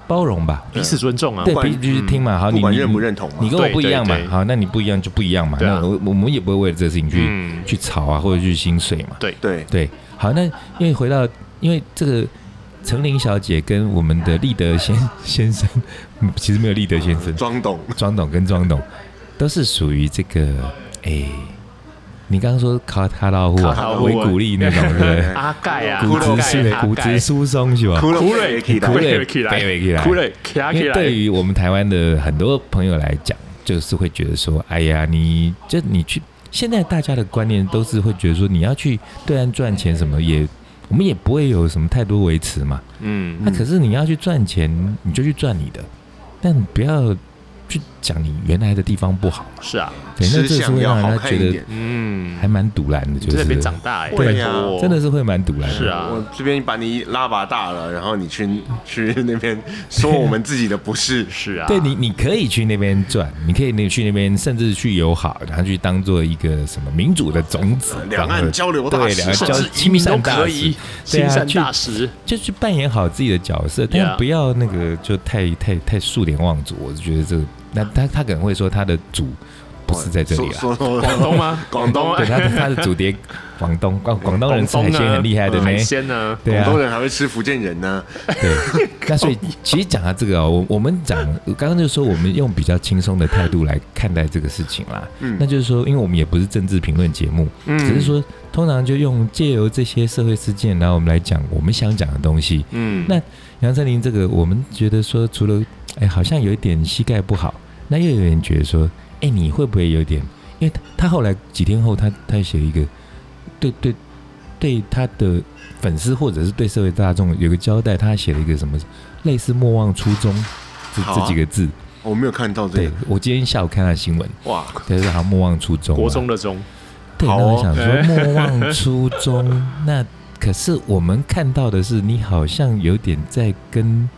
C: 包容吧。
B: 彼此尊重啊
C: 对，
A: 不，管
C: 必须
B: 嗯
C: 听嘛，好，
A: 不
C: 你
A: 管
C: 你
A: 认不认同嘛
C: 你跟我
B: 对
C: 不一样嘛
B: 对，对
C: 好，那你不一样就不一样嘛，
B: 对啊
C: 那我我们也不会为了这个事情去
B: 嗯，
C: 去吵啊，或者去心碎嘛。
A: 对，
C: 对，好，那因为回到，因为这个陈琳小姐跟我们的立德先先生，嗯其实没有立德先生，
A: 装懂，
C: 庄董跟庄董都是属于这个，哎、你刚刚说卡卡拉户
B: 卡拉
C: 啊，
B: 户啊
C: 维古力那种，对不对？
B: 阿盖啊，
C: 骨
A: 阿
C: 质
A: 盖
C: 疏
B: 是
C: 骨质疏松是吧？
A: 哭
B: 哭了
A: 了，
C: 哭
B: 北
C: 了
B: 北起来
C: 北北起来
B: 哭了，卡
C: 因
B: 起
C: 为
B: 来，
C: 对于我们台湾的很多朋友来讲，就是会觉得说，哎呀，你就你去，现在大家的观念都是会觉得说，你要去对岸赚钱什么也。我们也不会有什么太多维持嘛，
B: 嗯，
C: 那、可是你要去赚钱，你就去赚你的，但不要去讲你原来的地方不好。
B: 是啊，
C: 对，那
A: 吃
C: 这是
A: 相
C: 会
A: 要
C: 让
A: 好
C: 人家
A: 看
C: 觉
A: 一
C: 得
A: 点。
B: 嗯，
C: 还蛮堵然的，
B: 你
C: 就
B: 在
C: 是
B: 那边长大哎，
A: 对
B: 拜
A: 啊
B: 托
C: 真的是会蛮堵然的。
B: 是啊，
A: 我这边把你拉拔大了，然后你去 去那边说我们自己的不是
B: 是啊，
C: 对你，你可以去那边赚，你可以那去那边，甚至去友好，然后去当做一个什么民主的种子，
A: 两岸
C: 然后
A: 交流大
C: 对，
A: 使
C: 两岸
B: 甚
C: 交
B: 至移
C: 亲
B: 民都
C: 善大
B: 可以
C: 使，，对
B: 亲
C: 啊，
B: 善
C: 去
B: 大使，
C: 就去扮演好自己的角色，但是
B: Yeah
C: 不要那个就太太太数典忘祖。我就觉得这个，那他他可能会说他的祖不 是在这里啊啦。
A: 说说
B: 广东啊吗？
A: 广东
C: 对，他的他的祖爹广东，广广东人吃
B: 啊
C: 海鲜很厉害的
B: 海
C: 呢。
B: 鲜呢？
C: 对
A: 广
C: 啊，
A: 东人还会吃福建人呢，
C: 对，那所以其实讲到这个、哦，我我们讲刚刚就说我们用比较轻松的态度来看待这个事情啦。
A: 嗯
C: 那就是说，因为我们也不是政治评论节目，
B: 嗯
C: 只是说通常就用借由这些社会事件，然后我们来讲我们想讲的东西。
B: 嗯
C: 那杨丞琳这个，我们觉得说，除了哎好像有一点膝盖不好，那又有人觉得说，哎你会不会有点？因为他他后来几天后他，他写了一个对对对他的粉丝或者是对社会大众有个交代，他写了一个什么类似“莫忘初衷”这、
A: 好啊
C: 这几个字。
A: 我没有看到这
C: 对
A: 个，
C: 我今天下午看到新闻，
A: 哇，
C: 对，就是好像莫忘初衷啊、
B: 国中的中，
C: 对，
A: 好
C: 那
A: 哦
C: 我想说莫忘初衷。那可是我们看到的是，你好像有点在跟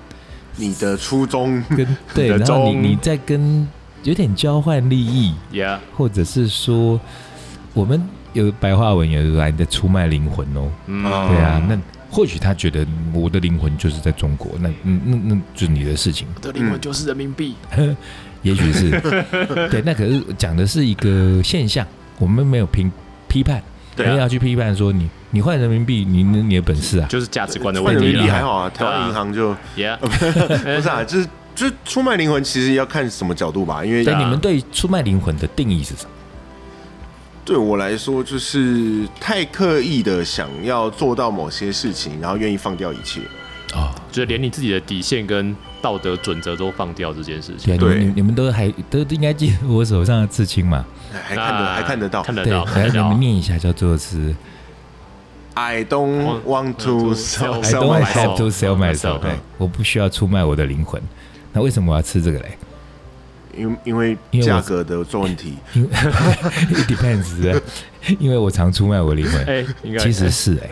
A: 你的初衷
C: 跟 对，
B: 的
C: 然后你
B: 中
C: 你在跟有点交换利益，
B: yeah，
C: 或者是说我们有白话文有说啊你在出卖灵魂哦，
B: 嗯
A: 啊
C: 对啊，那或许他觉得我的灵魂就是在中国，那嗯那那就是你的事情，
B: 我的灵魂就是人民币。
C: 也许是对。那可是讲的是一个现象，我们没有评批判，
A: 对
C: 没有
A: 啊，
C: 要去批判说你你换人民币，你你的本事啊，
B: 就是价值观的
A: 换
B: 问
A: 人
B: 题
A: 民币
B: 了。
A: 还好啊，台
B: 对
A: 湾
B: 啊
A: 银行就
B: Yeah，
C: 哎
A: 不是啊，就是就是出卖灵魂，其实要看什么角度吧，因为
C: 对，
B: 啊
C: 你们对出卖灵魂的定义是什么？
A: 对我来说，就是太刻意的想要做到某些事情，然后愿意放掉一切。
C: 哦，
B: 就是连你自己的底线跟道德准则都放掉这件事情
C: 对，啊，你
A: 对
C: 们你你们都还都都应该记得我手上的刺青嘛？
A: 还看得
C: 啊
B: 那
A: 还看得到
B: 看得
C: 对，
B: 到，
C: 来
B: 看得
C: 你们
B: 到。
C: 念一下，叫 做是
A: ，I don't want to
B: to
A: sell
B: sell
A: sell
B: my
C: I don't
A: myself
B: soul
C: have to sell
B: myself，
C: myself，对
A: 嗯，
C: 我不需要出卖我的灵魂。那为什么我要吃这个嘞？
A: 因为因为
C: 因为
A: 价
C: 我
A: 格的做问 题，
C: 因为 it depends，对 因为我常出卖我灵魂。
B: 哎，应该
C: 其实是哎、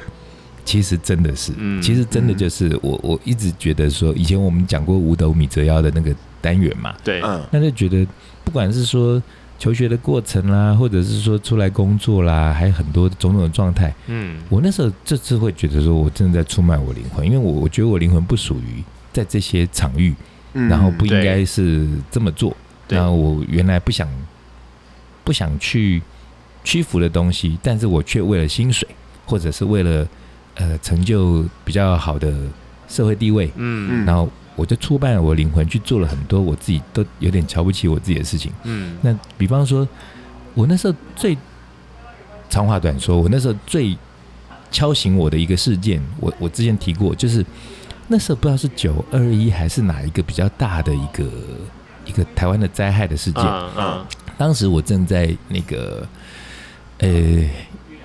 C: 其实真的是，
B: 嗯
C: 其实真的就是我我一直觉得说，以前我们讲过五斗米折腰的那个单元嘛，
B: 对，
A: 嗯，
C: 那就觉得不管是说求学的过程啦，或者是说出来工作啦，还有很多种种的状态，
B: 嗯，
C: 我那时候这次会觉得说我真的在出卖我灵魂，因为我我觉得我灵魂不属于在这些场域，
A: 嗯
C: 然后不应
B: 对
C: 该是这么做。
B: 对
C: 那我原来不想不想去屈服的东西，但是我却为了薪水，或者是为了呃成就比较好的社会地位，
B: 嗯
C: 然后我就出卖了我灵魂，去做了很多我自己都有点瞧不起我自己的事情。
B: 嗯，
C: 那比方说，我那时候最长话短说，我那时候最敲醒我的一个事件，我我之前提过，就是那时候不知道是九二一还是哪一个比较大的一个一个台湾的灾害的事件。
B: 嗯嗯
C: 当时我正在那个呃，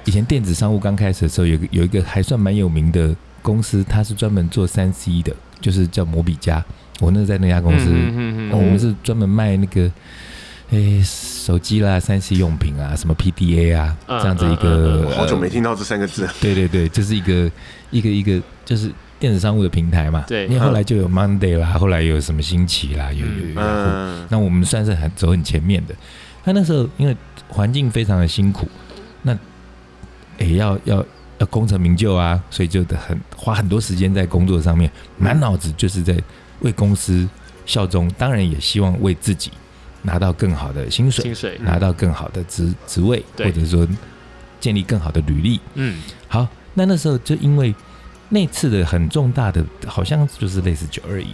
C: 以前电子商务刚开始的时候，有一个有一个还算蛮有名的公司，它是专门做三 C 的，就是叫摩比家。我那时候在那家公司
B: 嗯嗯嗯
C: 哦我们是专门卖那个，诶、手机啦、三 C 用品啊，什么 PDA 啊，
B: 嗯
C: 这样子一
B: 嗯
C: 个
B: 嗯。嗯
A: 好久没
C: 呃
A: 听到这三个 字，
C: 对对对，就是一个一个一个，就是电子商务的平台嘛。
B: 对
C: 因为后来就有 Monday 啦，后来有什么星期啦，有有有有。
A: 嗯，
C: 那我们算是很走很前面的。他那时候因为环境非常的辛苦，那诶、要要要功成名就啊，所以就很花很多时间在工作上面，满脑子就是在为公司效忠，当然也希望为自己拿到更好的薪水，
B: 薪水，
C: 拿到更好的职职位，
B: 嗯对
C: 或者说建立更好的履历。
B: 嗯
C: 好，那那时候就因为那次的很重大的，好像就是类似九二一，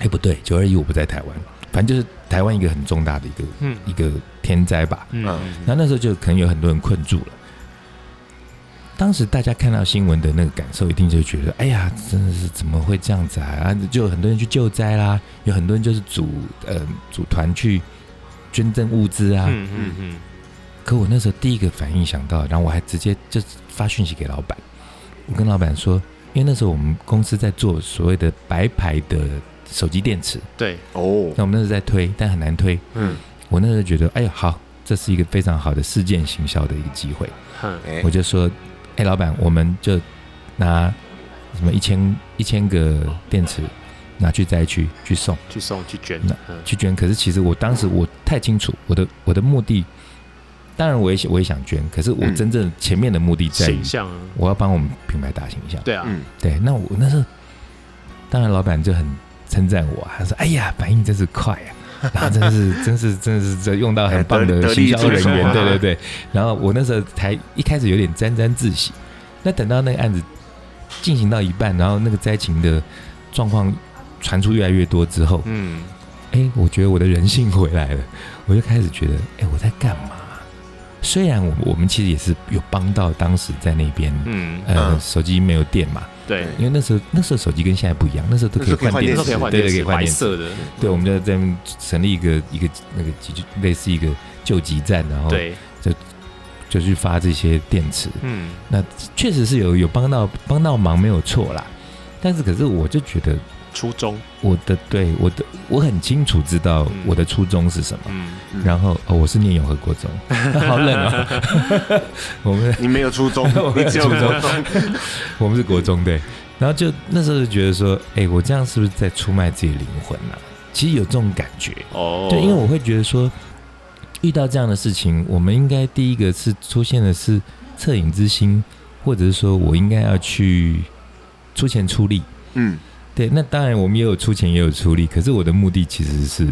C: 哎不对，九二一我不在台湾，反正就是台湾一个很重大的一个
B: 嗯
C: 一个天灾吧。
B: 嗯嗯
C: 那那时候就可能有很多人困住了。当时大家看到新闻的那个感受，一定就觉得，哎呀，真的是怎么会这样子啊？啊，就有很多人去救灾啦，有很多人就是组呃组团去捐赠物资啊，
B: 嗯嗯嗯，
C: 可我那时候第一个反应想到，然后我还直接就发讯息给老板，我跟老板说，因为那时候我们公司在做所谓的白牌的手机电池，
B: 对，
A: 哦，
C: 那我们那时候在推，但很难推。
A: 嗯，
C: 我那时候觉得，哎呀，好，这是一个非常好的事件行销的一个机会，
B: 哼，
A: 哎
C: 我，就说，哎，老板，我们就拿什么一千一千个电池拿去灾区去送。
B: 去送去捐，嗯
C: 去捐。可是其实我当时我太清楚我的我的目的，当然我也想我也想捐，可是我
A: 嗯
C: 真正前面的目的在于
B: 形象啊，
C: 我要帮我们品牌打形象。
B: 对啊，
A: 嗯，
C: 对，那我那时候，当然老板就很称赞我啊，他说：“哎呀，反应真是快啊。”然后真是真是真是这用到很棒
A: 得
C: 的
A: 得力
C: 行销人
A: 助手啊
C: 员，对对对。然后我那时候才一开始有点沾沾自喜，那等到那个案子进行到一半，然后那个灾情的状况传出越来越多之后，
B: 嗯
C: 哎，我觉得我的人性回来了， 我就开始觉得，哎，我在干嘛？虽然我我们其实也是有帮到当时在那边，
B: 嗯，
C: 呃，
A: 嗯
C: 手机没有电嘛，
B: 对，
C: 因为那时候那时候手机跟现在不一样，那时候都可以换
B: 那时
C: 电
A: 那
B: 候
A: 时候
B: 可以换
C: 池，对
B: 电
C: 对，可以
B: 池，
C: 换
B: 白
C: 电池。
B: 色的，
C: 对，我们就在那边成立一个一个那个急救类似一个救急站，然后
B: 对，
C: 就去发这些电池，
B: 嗯
C: 确实是有有帮到帮到忙没有错啦，但是可是我就觉得
B: 初中，
C: 我的对我的我很清楚知道
B: 嗯
C: 我的初衷是什么。
B: 嗯，
A: 嗯
C: 然后哦，我是念永和国中， 好冷哦。 我们
A: 你没有初衷
C: 我，没
A: 你
C: 有
A: 只有
C: 初衷
A: 高中，
C: 我们是国中对，然后就那时候就觉得说，哎，我这样是不是在出卖自己灵魂啊？其实有这种感觉，
B: 哦，
C: 对，因为我会觉得说，遇到这样的事情，我们应该第一个是出现的是恻隐之心，或者是说我应该要去出钱出力。
A: 嗯，
C: 对，那当然我们也有出钱也有出力，可是我的目的其实是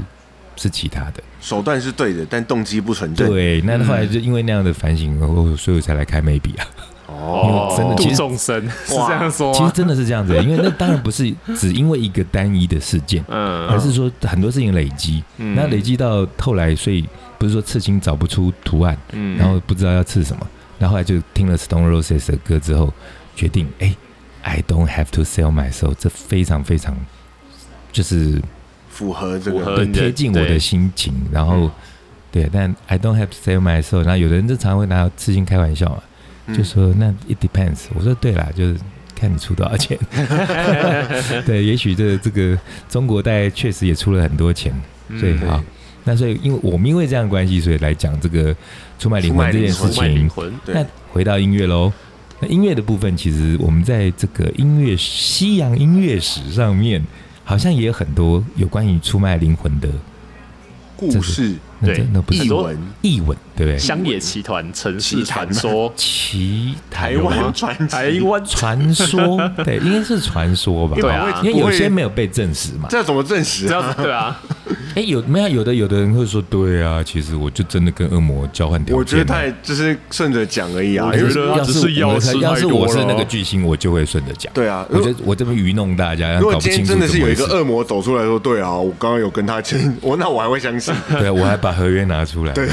C: 是其他的。
A: 手段是对的，但动机不纯正。
C: 对，那后来就因为那样的反省，我所以我才来开眉笔啊。
A: 哦，
C: 真的
D: 度
C: 其实
D: 众生是这样说
C: 其实
D: 吗？
C: 真的是这样子， 因为那当然不是只因为一个单一的事件，
D: 嗯，
C: 而是说很多事情累积，
D: 嗯
C: 那累积到后来，所以不是说刺青找不出图案，
D: 嗯
C: 然后不知道要刺什么，然后后来就听了 Stone Roses 的歌之后，决定哎、i don't have to sell my soul，这非常非常就是
A: 符合这
D: 符
A: 个
D: 合
C: 对
D: 你的
C: 贴近我的
D: 嗯对
C: 心情，然后
D: 嗯
C: 对，但 I don't have to sell my soul，然后有的人就常会拿刺青开玩笑嘛，
A: 嗯
C: 就说那 it depends，我说对啦，就是。看你出多少钱， 对，也许这这个中国大概确实也出了很多钱，对，
D: 嗯
C: 好，那所以因为我们因为这样的关系，所以来讲这个出卖灵魂这件事
D: 出卖灵
C: 情。
D: 魂，
A: 对
C: 那回到音乐喽，那音乐的部分，其实我们在这个音乐西洋音乐史上面，好像也有很多有关于出卖灵魂的，
A: 故事
C: 那
D: 对
C: 真的不是
A: 译
D: 很多
A: 文
C: 译文，对不对？
D: 乡野奇团、城市传说、
C: 奇
A: 台湾传奇，
D: 台湾
C: 传 说，对，应该是传说吧？
D: 对啊
C: 因为有
A: 不
C: 些
A: 会
C: 没有被证实嘛。
A: 这怎么证实
D: 只
A: 啊？
D: 要对啊，
C: 哎，有没有有的有的人会说，对啊，其实我就真的跟恶魔交换条件啊。
A: 我觉得他也就是顺着讲而已啊，因为
D: 觉得
C: 要
D: 只是
C: 我
D: 钥匙
C: 要是
D: 太多
C: 我是那个
D: 了
C: 巨星，我就会顺着讲。
A: 啊对啊
C: 我就我这么愚弄大家，
A: 如
C: 搞
A: 果
C: 不
A: 今天
C: 清楚
A: 真的是
C: 怎么
A: 有一
C: 回
A: 个
C: 事
A: 恶魔走出来说，对啊，我刚刚有跟他签，我那我还会相信，
C: 对，我还把合约拿 出来。对，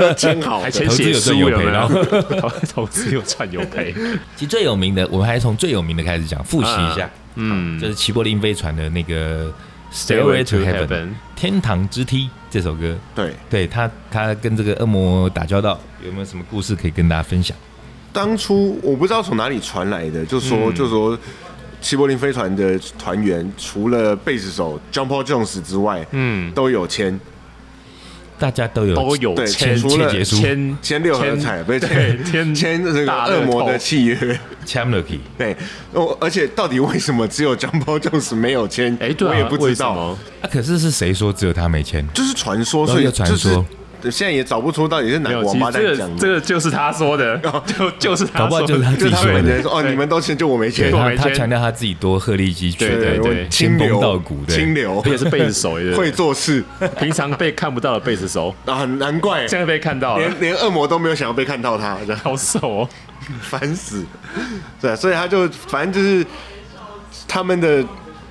A: 要签好
D: 还
A: 的。
D: 签
C: 投资
D: 写
C: 有
D: 书
C: 赚有
D: 有没
C: 赔
D: 有？投资有赚有赔，
C: 其实最有名的，我们还从最有名的开始讲，复习一
A: 啊
C: 下，
D: 嗯，
C: 就是齐柏林飞船的那个《
D: Stairway
C: Stairway
D: to
C: to
D: Heaven
C: Heaven》天堂之梯这首歌。
A: 对，
C: 对他，他跟这个恶魔打交道，有没有什么故事可以跟大家分享？
A: 当初我不知道从哪里传来的，就说、就说齐柏林飞船的团员除了贝斯手 John Paul Jones 之外，
D: 嗯，
A: 都有签，
C: 大家都有
D: 都有
A: 对
D: 签
A: 除了
C: 切结书
D: 签
B: 嗯
A: 签六合彩，不是
D: 对签
A: 签签这个
D: 大
A: 恶
D: 乐
A: 魔的
D: 透
A: 契约。
C: c h a m l o k y
A: 对，哦，而且到底为什么只有 John Paul Jones 没有签？
D: 哎，对啊，
A: 我也不知
D: 为什
A: 道，
D: 么，
C: 啊，可是是谁说只有他没签？
A: 就是传说，
C: 然后
A: 所以
C: 又传
A: 就是
C: 说
A: 现在也找不出到底是哪
D: 没
A: 个
D: 有，
A: 王
D: 其实
A: 八蛋
D: 这
A: 讲
D: 个
A: 的。
D: 这个就是他说的，就就是
C: 搞
D: 他
C: 不好
D: 说
C: 就是他
D: 的，
C: 自
A: 就
C: 己
A: 他
C: 说
A: 们
C: 的
A: 人。说哦，你们都签，就我没
C: 对
A: 签。
C: 他
D: 没
C: 他
D: 签
C: 强调他自己多鹤立鸡群，
D: 对对
A: 我
D: 对
A: 清
C: 仙
A: 流
C: 风道骨对
A: 清流
D: 而且是贝斯手，对不对
A: 会做事
D: 平常被看不到的贝斯手，
A: 啊，难怪
D: 现在被看到了，
A: 连连恶魔都没有想要被看到他，这样
D: 好瘦哦，
A: 烦死。对，所以他就反正就是他们的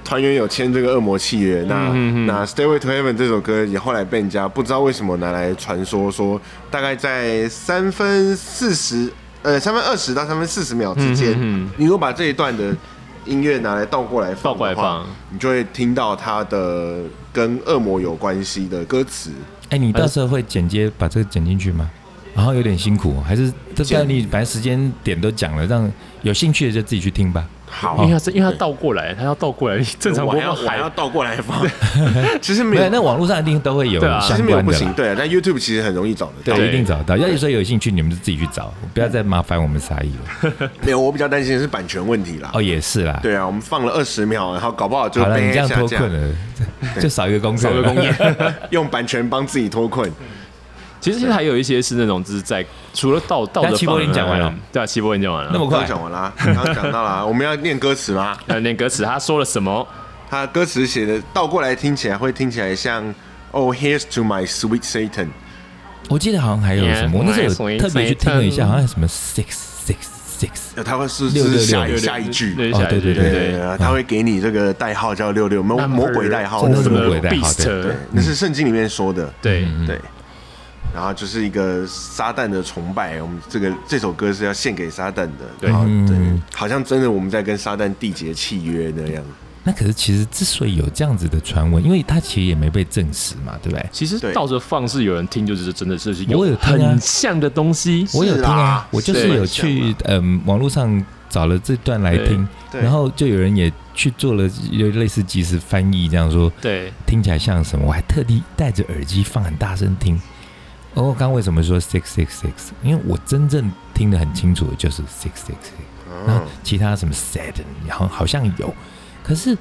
A: 团员有签这个恶魔契约，那、那《Stairway to Heaven》这首歌也后来被人家不知道为什么拿来传说，说大概在三分四十呃三分二十到三分四十秒之间，你如果把这一段的音乐拿来倒过来
D: 倒
A: 放的话，
D: 过来放
A: 你就会听到它的跟恶魔有关系的歌词。
C: 哎，你到时候会剪接把这个剪进去吗？然后有点辛苦哦，还是这
A: 剪
C: 但你反正时间点都讲了，让有兴趣的就自己去听吧。
A: 好
D: 因为他是因为他倒过来，他要倒过来，正常
A: 我
D: 播
A: 还要
D: 放
A: 我还要
D: 还
A: 倒过来放，其实没
C: 没有，
A: 有，
C: 那网络上一定都会有
D: 对啊
A: 其
C: 相
A: 实没有
C: 关
A: 不
C: 的
A: 行，
C: 啦，
A: 对啊，但 YouTube 其实很容易找得到。
C: 对，
D: 对
C: 一定找到。要是说有兴趣，你们就自己去找，不要再麻烦我们沙溢了。
A: 没有，我比较担心的是版权问题啦。
C: 哦，也是啦。
A: 对啊，我们放了二十秒，然后搞不好就
C: 好了，
A: 被
C: 你这样
A: 下
C: 脱
A: 架
C: 困，了， 就少一个功课，
D: 少个工业。
A: 用版权帮自己脱困。
B: 其实现在还有一些是那种，就是在除了道道德
C: 但齐柏林讲完了，
B: 对啊，齐柏林讲完了。
C: 那么
A: 我刚
C: 快
A: 刚，讲完啦，刚刚讲到 啦，我们要念歌词啦。
B: 呃，念歌词他说了什么？
A: 他歌词写的倒过来听起来会听起来像 Oh here's to my sweet Satan，
C: 我记得好像还有什
D: Yeah，
C: 么，我那时
D: 我
C: 候有
D: 也
C: 特别去听了一下，
D: 我也
C: 好像什么 six six six，
A: 呃他会是
C: 六
A: 是
C: 六六
A: 下
C: 六
A: 一
C: 六
A: 下一句。
D: 对
C: 哦
D: 下一句
C: 对对
A: 对
D: 对
A: 对对，他会给你这个代号叫六六魔
D: Number-
A: 魔鬼代号，
C: 真的
A: 那
C: 是
D: 什
A: 个
D: 么
C: 魔鬼代号
D: Beast，
A: 那是圣经里面说的。
D: 对，
C: 嗯
A: 对，然后就是一个撒旦的崇拜。我们这个这首歌是要献给撒旦的，
D: 对
A: 然后对
C: 嗯，
A: 好像真的我们在跟撒旦缔结契约那样。
C: 那可是其实之所以有这样子的传闻，因为它其实也没被证实嘛，对不对？
B: 其实
A: 对
B: 倒着放是有人听，就是真的就是
C: 我有听啊
B: 很像的东西。
C: 我有听啊
A: 啦，
C: 我就是
A: 是
C: 有去嗯网络上找了这段来听，
A: 对对
C: 然后就有人也去做了有类似即时翻译，这样说
B: 对，
C: 听起来像什么，我还特地戴着耳机放很大声听。哦，我刚为什么说 six six six？因为我真正听得很清楚的就是 six six
D: 嗯
C: six，然后其他什么 sad，然后好像有，可是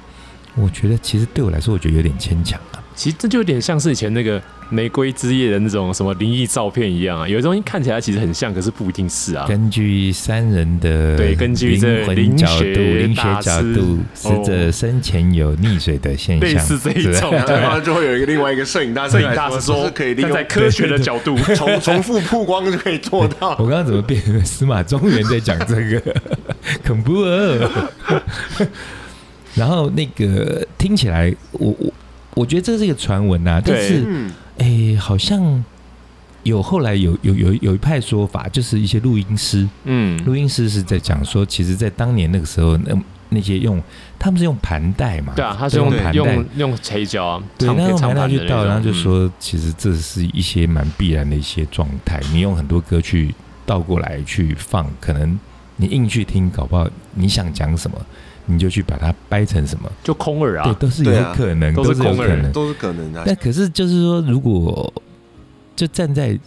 C: 我觉得其实对我来说，我觉得有点牵强啊。
B: 其实这就有点像是以前那个
D: 玫瑰之夜的那种什么灵异照片一样啊，有的东西看起来其实很像，可是不一定是啊。
C: 根据三人的
D: 对根据这
C: 灵魂角度、
D: 灵学
C: 灵
D: 大
C: 学
D: 师
C: 角度，死
D: 哦
C: 者生前有溺水的现象，
D: 类似这一
C: 是吧
D: 种，对
A: 然后就会有一个另外一个摄影大师
D: 摄
A: 来，
D: 影大师
A: 这
D: 说
A: 是可以利
D: 站在
A: 用
D: 科学的角度，
A: 重重复曝光就可以做到。
C: 我刚刚怎么变成司马中原在讲这个？恐怖哦！然后那个听起来，我我我觉得这是一个传闻呐、但
D: 对
C: 是
A: 嗯，
C: 诶，好像有后来有有有有一派说法，就是一些录音师，
D: 嗯，
C: 录音师是在讲说，其实，在当年那个时候，那那些用他们是用盘带嘛，
B: 对啊，他是用
C: 对盘带
B: 用用黑胶啊，
C: 对，
B: 唱
C: 那
B: 片
C: 后
B: 唱
C: 来他
B: 盘的
C: 就到，然
B: 那
C: 后
B: 种，嗯
C: 就说，其实这是一些蛮必然的一些状态。你用很多歌去倒过来去放，可能你硬去听，搞不好你想讲什么，你就去把它掰成什么，
B: 就空耳
C: 对，
B: 啊，
C: 都是
A: 对
C: 有
A: 啊
C: 可能，
D: 都
C: 都
D: 是
C: 是有
D: 空
C: 可
D: 耳
C: 能。
A: 都是可能的、
C: 但可是就是说，如果就站在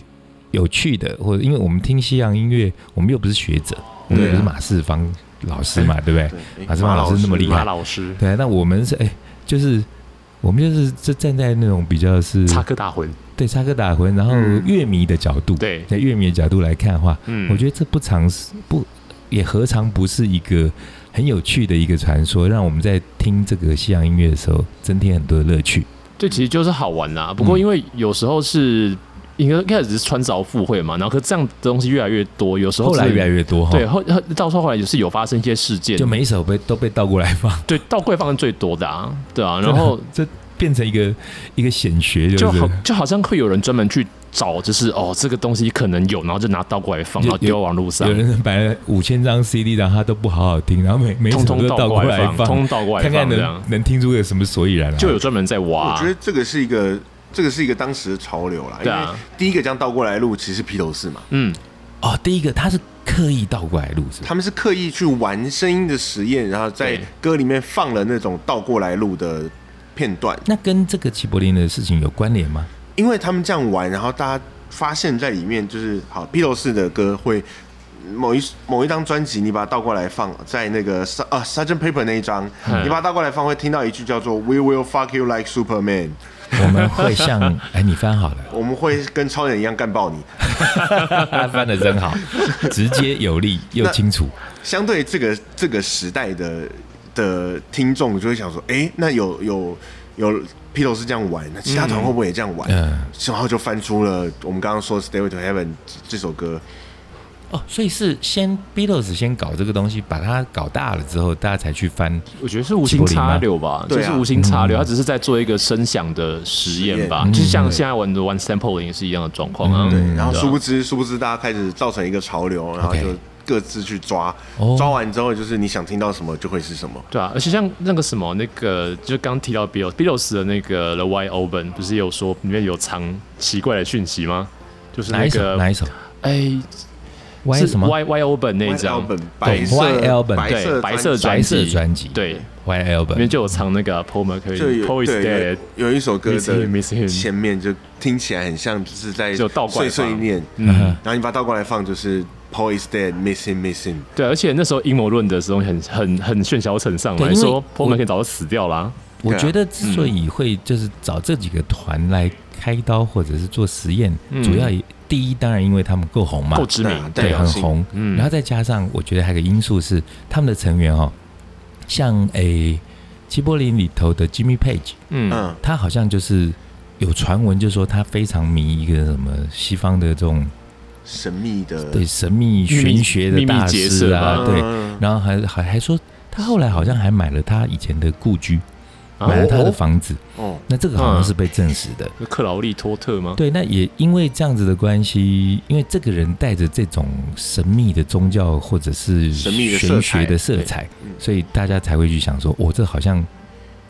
C: 有趣的，或者因为我们听西洋音乐，我们又不是学者，
B: 嗯
C: 我们
A: 对啊
C: 又不是马世芳老师嘛，对不对？
A: 对，诶
C: 马斯曼老师那么厉害
B: 马老师
C: 对啊，那我们是哎，就是我们就是这站在那种比较是
B: 插科打诨，
C: 对插科打诨，然后
A: 嗯
C: 乐迷的角度，
B: 对
C: 在乐迷的角度来看的话，
D: 嗯
C: 我觉得这不尝试不也何尝不是一个很有趣的一个传说，让我们在听这个西洋音乐的时候增添很多的乐趣。
B: 这其实就是好玩啦。不过因为有时候是应该一开始是穿凿附会嘛，然后可是这样的东西越来越多，有时候
C: 后来
B: 是
C: 越来越多哈，
B: 对后后到时候后来也是有发生一些事件，
C: 就每一首被都被倒过来放，
B: 对倒柜放是最多的啊，对啊，然 后
C: 这变成一个一个显学，
B: 就
C: 就是
B: 好就好像会有人专门去找，就是哦这个东西可能有，然后就拿倒过来放，
C: 有
B: 然后丢到网络上
C: 有，人买了五千张 CD，然后他都不好好听，然后每每一首
B: 通通
C: 都倒
B: 倒
C: 过
B: 过
C: 来
B: 来放，通通倒过来
C: 看看
B: 放这样
C: 能，能听出个什么所以然来、啊
B: 就有专门在
A: 我
B: 挖
A: 觉，得这个是一个，这个是一个当时的潮流啦。
B: 对啊
A: 因为第一个这样倒过来录，其实披头士嘛，
B: 嗯，
C: 哦，第一个他是刻意倒过来录，是吧？
A: 他们是刻意去玩声音的实验，然后在
B: 对
A: 歌里面放了那种倒过来录的片段，
C: 那跟这个齐柏林的事情有关联 吗？
A: 因为他们这样玩，然后大家发现在里面就是好披头士的歌会。某一某一张专辑，你把它倒过来放，在那个沙啊 Sergeant Paper 那一张，
B: 嗯
A: 你把它倒过来放，会听到一句叫做 "We will fuck you like Superman"，
C: 我们会像哎，你翻好了，
A: 我们会跟超人一样干爆你。
C: 翻的真好，直接有力又清楚。
A: 相对这个这个时代的的听众就会想说，诶，那有有有披头士这样玩，那其他团会不会也这样玩？
C: 嗯
A: 然后就翻出了我们刚刚说《Stairway to Heaven》这首歌，
C: 哦，所以是先 Beatles 先搞这个东西，把它搞大了之后，大家才去翻。
B: 我觉得是无心插柳吧，
A: 对
B: 就
A: 啊
B: 是无心插柳，他只是在做一个声响的实验吧，
A: 实
B: 就像现在玩的玩 sampling 也是一样的状况啊。
A: 对，然后
B: 对啊
A: 殊不知殊不知大家开始造成一个潮流，然后
C: OK
A: 就各自去抓
C: 哦，
A: 抓完之后就是你想听到什么就会是什么。
B: 对啊，而且像那个什么，那个就刚提到 Bill Bills 的那个 The Wide Open，不是有说里面有藏奇怪的讯息吗？就是
C: 哪
B: 那
C: 一首？
B: 个
C: 哪一首
B: 哎，
C: ？Y
B: 是
C: 什么
B: Y Y Open 那一
A: White
B: 张
A: Album，，白
B: 对
A: 色
C: White Album
A: 白色
B: 对白色
A: 专
B: 专
C: 白色
B: 辑
C: 专辑？
B: 对，里
C: ，Y Album。
B: 面就有藏那个啊 Paul
A: 就
B: McCartney
A: 有
B: Paul is
A: 对
B: Dead，
A: 有有一首歌
B: Miss him, miss
A: 的
B: him
A: 前面就听起来很像就是在
B: 就倒过
A: 碎
B: 来放
A: 碎念，
B: 嗯，
A: 然后你把它倒过来放，就是 Paul is dead, miss him, miss him。
B: 对，而且那时候阴谋论的时候很很很喧嚣成上
C: 对
B: 来
C: 因为
B: 说
C: 我
B: Paul McCartney 早就死掉啦、
C: 我
A: 对啊
C: 觉得之所以会就是找这几个团来开刀或者是做实验，主要也第一当然因为他们够红嘛
B: 嗯够，知
A: 对啊
B: 名，
A: 代
C: 对，
A: 表
C: 很
A: 性
C: 红。
B: 嗯
C: 然后再加上我觉得还有一个因素是他们的成员哦，像诶齐柏林里头的 Jimmy Page，
B: 嗯，
A: 嗯，
C: 他好像就是有传闻，就说他非常迷一个什么西方的这种
A: 神秘的，
C: 对神秘玄学的
B: 秘密
C: 大
B: 结
C: 师
B: 社
C: 啊，
B: 吧
C: 对，
A: 嗯
C: 然后还还还说他后来好像还买了他以前的故居，
B: 啊
C: 买了他的房子，
A: 哦，
C: 那这个好像是被证实
A: 嗯
C: 的。
B: 那克劳利托特吗？
C: 对，那也因为这样子的关系，因为这个人带着这种神秘的宗教或者是
A: 神秘的色
C: 玄
A: 彩
C: 学的色彩
A: 嗯，
C: 所以大家才会去想说，我、这好像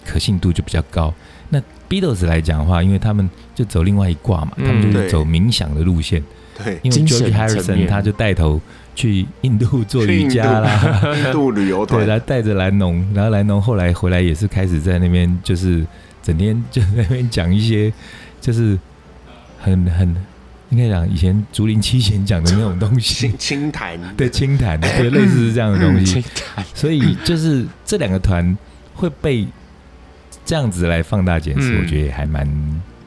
C: 可信度就比较高。那 Beatles 来讲的话，因为他们就走另外一卦嘛，
B: 嗯
C: 他们就是
A: 对
C: 走冥想的路线，
A: 对，
C: 因为
B: 精神
C: George
B: 层
C: Harrison
B: 面
C: 他就带头去印度做瑜伽啦，
A: 印度旅游
C: 对，
A: 团，
C: 他带着蓝农，然后蓝农后来回来也是开始在那边，就是整天就在那边讲一些，就是很很应该讲以前竹林七贤讲的那种东西
A: 清，清谈，
C: 对，清谈，对，类似是这样的东西。
B: 台
C: 所以就是这两个团会被这样子来放大解释，
B: 嗯
C: 我觉得也还蛮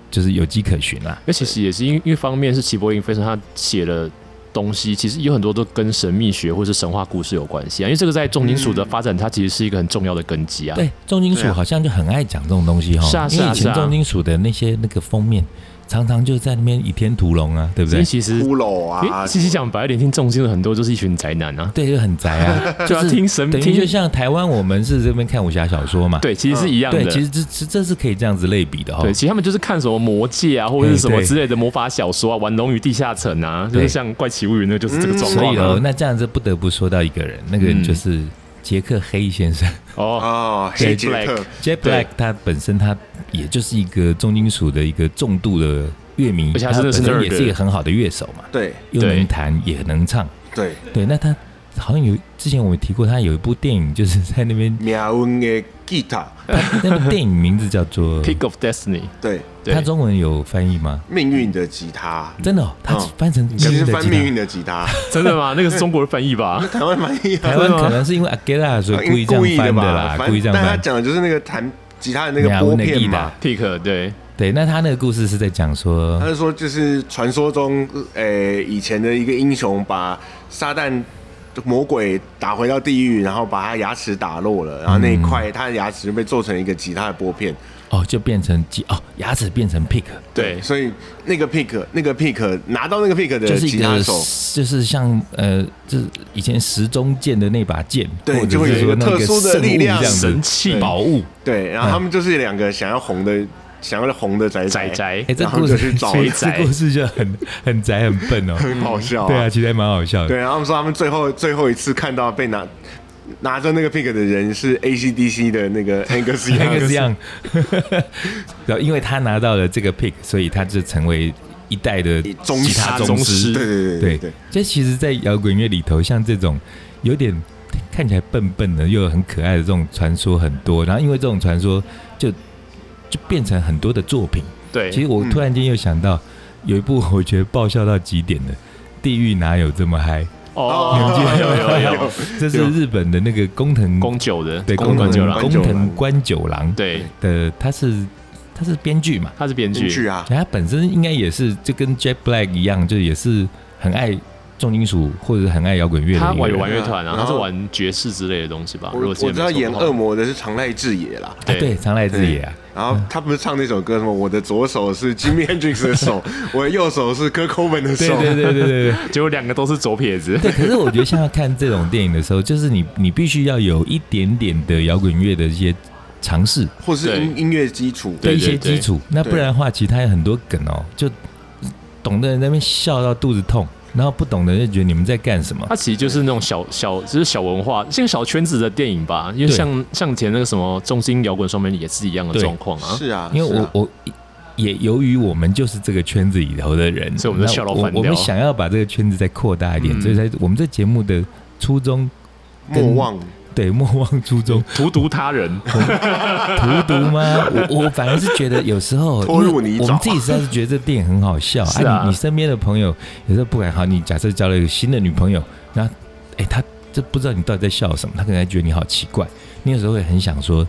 C: 就是有迹可循啦。
B: 那其实也是因因为方面是齐柏林飞船他写的东西，其实有很多都跟神秘学或是神话故事有关系啊。因为这个在重金属的发展，它其实是一个很重要的根基啊。
C: 对，重金
A: 对
C: 属
A: 啊
C: 好像就很爱讲这种东西哈。
B: 是啊是
C: 因为
B: 啊
C: 以
B: 是
C: 前
B: 啊
C: 重金属的那些那个封面，常常就在那边倚天屠龙啊，对不
B: 因
C: 对
B: 为？其实，
A: 骷髅啊，
B: 诶，其实讲白一点，听重金属很多就是一群宅男啊，
C: 对，就很宅 啊，
B: 就要
C: 是
B: 听神
C: 等于
B: 听
C: 就像台湾我们是这边看武侠小说嘛，
B: 对，其实是一样的。
C: 对，其实哦这这这是可以这样子类比的哈
B: 对，。其实他们就是看什么魔界啊，或者是什么之类的魔法小说啊，玩《龙与地下城》啊，就
C: 对
B: 是像《怪奇物语》那个就是这个状
C: 所
B: 况
C: 以
B: 啊
C: 哦，。那这样子不得不说到一个人，那个人
B: 嗯
C: 就是杰克黑 先生
B: 哦，
A: 哦，黑杰
B: Black
A: 克，
C: ，Jet Black，他本身他也就是一个重金属的一个重度的乐迷，
B: 而且他
C: 他
B: 真的
C: 本
B: 是
C: 身
B: nerd
C: 也是一个很好的乐手嘛，
A: 对
C: 又
B: 对
C: 能弹也能唱，
A: 对，
C: 对，那他好像有之前我们提过，他有一部电影就是在那边，
A: 命运的吉他，
C: 那部电影名字叫
B: 《
C: 做
B: Pick of Destiny》
A: 对，
B: 对
C: 他中文有翻译吗？
A: 命运的吉他，
C: 真的、哦，他
A: 嗯
C: 翻成
A: 其实
C: 的啊
A: 翻
C: 吉他
A: 命运的吉他，
B: 真的吗？那个是中国的翻译吧
A: 那？ 台湾蛮厉害
C: 台
A: 的
C: 湾
A: 啊，
C: 可能是因为 Agela 所呃以故意这
A: 故意
C: 样
A: 的
C: 翻
A: 吧
C: 啦，
A: 反
C: 故意这样
A: 但他
C: 翻。啊
A: 讲的就是那个弹吉他的那个拨片嘛，
B: Pick 对，
C: 对，那他那个故事是在讲说
A: 他，是说，就是传说中，呃，以前的一个英雄把撒旦魔鬼打回到地狱，然后把他牙齿打落了，然后
C: 嗯
A: 那一块他的牙齿就被做成一个吉他的拨片。
C: 哦，就变成吉哦，牙齿变成 pick，
B: 对
A: 所以那个 pick，那个 pick 拿到那个 pick
C: 就
A: 的
C: 是一
A: 吉
C: 个
A: 他手，
C: 就是像呃，就是以前时钟剑的那把剑，
A: 对
C: 或者
A: 就会有
C: 是
A: 一个
C: 说那
A: 特殊的
C: 圣物
A: 力量
C: 这样子
B: 神器
C: 宝物。
A: 对，然后他们就是两个想要红的，想要红的宅
B: 宅
A: 宅，
B: 宅
C: 哎，这
A: 然后
C: 故事
A: 就去找
C: 这
A: 一
C: 这故事就很很宅很笨哦，
A: 很好笑、
C: 对啊，，其实还蛮好笑
A: 对，
C: 的。
A: 然后他们说他们最后最后一次看到被拿拿着那个 pick 的人是 ACDC 的那个 Angus
C: 那个
A: Young，
C: 是样， 然后因为他拿到了这个 pick，所以他就成为一代的
A: 宗
C: 吉
A: 师
C: 他宗
B: 宗
C: 师
B: 师。
A: 对对对
C: 对
A: 对。
C: 这其实，在摇滚乐里头，像这种有点看起来笨笨的，又很可爱的这种传说很多。然后因为这种传说就，就变成很多的作品。
B: 对，
C: 其实我
A: 嗯
C: 突然间又想到，有一部我觉得爆笑到极点的《地狱哪有这么嗨》，
B: 哦，有有有有有，
C: 这是日本的那个工藤
B: 宫九的，
C: 对
B: 宫
C: 工
A: 藤
B: 本九
A: 郎
B: 郎，
C: 工藤官九郎
B: 对，
C: 的，他是他是编剧嘛，
B: 他是编
A: 进去
B: 剧，
A: 啊，
C: 他本身应该也是就跟 Jack Black 一样，就也是很爱重金属或者很爱摇滚乐的一个
B: 他
C: 人。
B: 玩有玩乐团
A: 然
B: 啊，
A: 后
B: 他是玩爵士之类的东西吧？
A: 我
B: 如
A: 我
B: 果记得
A: 知道
B: 没错
A: 演
B: 的话
A: 恶，魔的是长濑智也啦，
C: 啊对，常濑智也啊，
A: 然后他不是唱那首歌什么？我的左手是 Jimmy Hendrix 的手，我的右手是 Kurt Cobain 的
C: 对
A: 手。
C: 对对对对对。
B: 结果两个都是左撇子，
C: 对，可是我觉得像要看这种电影的时候，就是你你必须要有一点点的摇滚乐的一些尝试，
A: 或是音音乐基础。
B: 对
C: 一些基础，那不然的话，其实它有很多梗哦，就懂的人在那边笑到肚子痛，然后不懂的人就觉得你们在干什么
B: 它。其实就是那种小小，就是小文化，像小圈子的电影吧。因为
C: 对
B: 像像以前那个什么重金摇滚双面也是一样的
C: 对
B: 状况啊。
A: 是啊，
C: 因为我、
A: 是啊
C: 我也由于我们就是这个圈子里头的人，
B: 所以我们就笑到翻
C: 那
B: 掉
C: 我我们想要把这个圈子再扩大一点，
B: 嗯
C: 所以在我们这节目的初衷，跟
A: 莫忘
C: 对莫忘初衷，
B: 荼毒他人，
C: 荼毒吗？我我反而是觉得有时 候，
A: 拖入
C: 因为
A: 泥沼
C: 我们自己实在是觉得这电影很好笑
B: 是啊
C: 你你身边的朋友有时候不敢好，你假设交了一个新的女朋友，那哎，她这不知道你到底在笑什么，她可能还觉得你好奇怪。你有时候会很想说，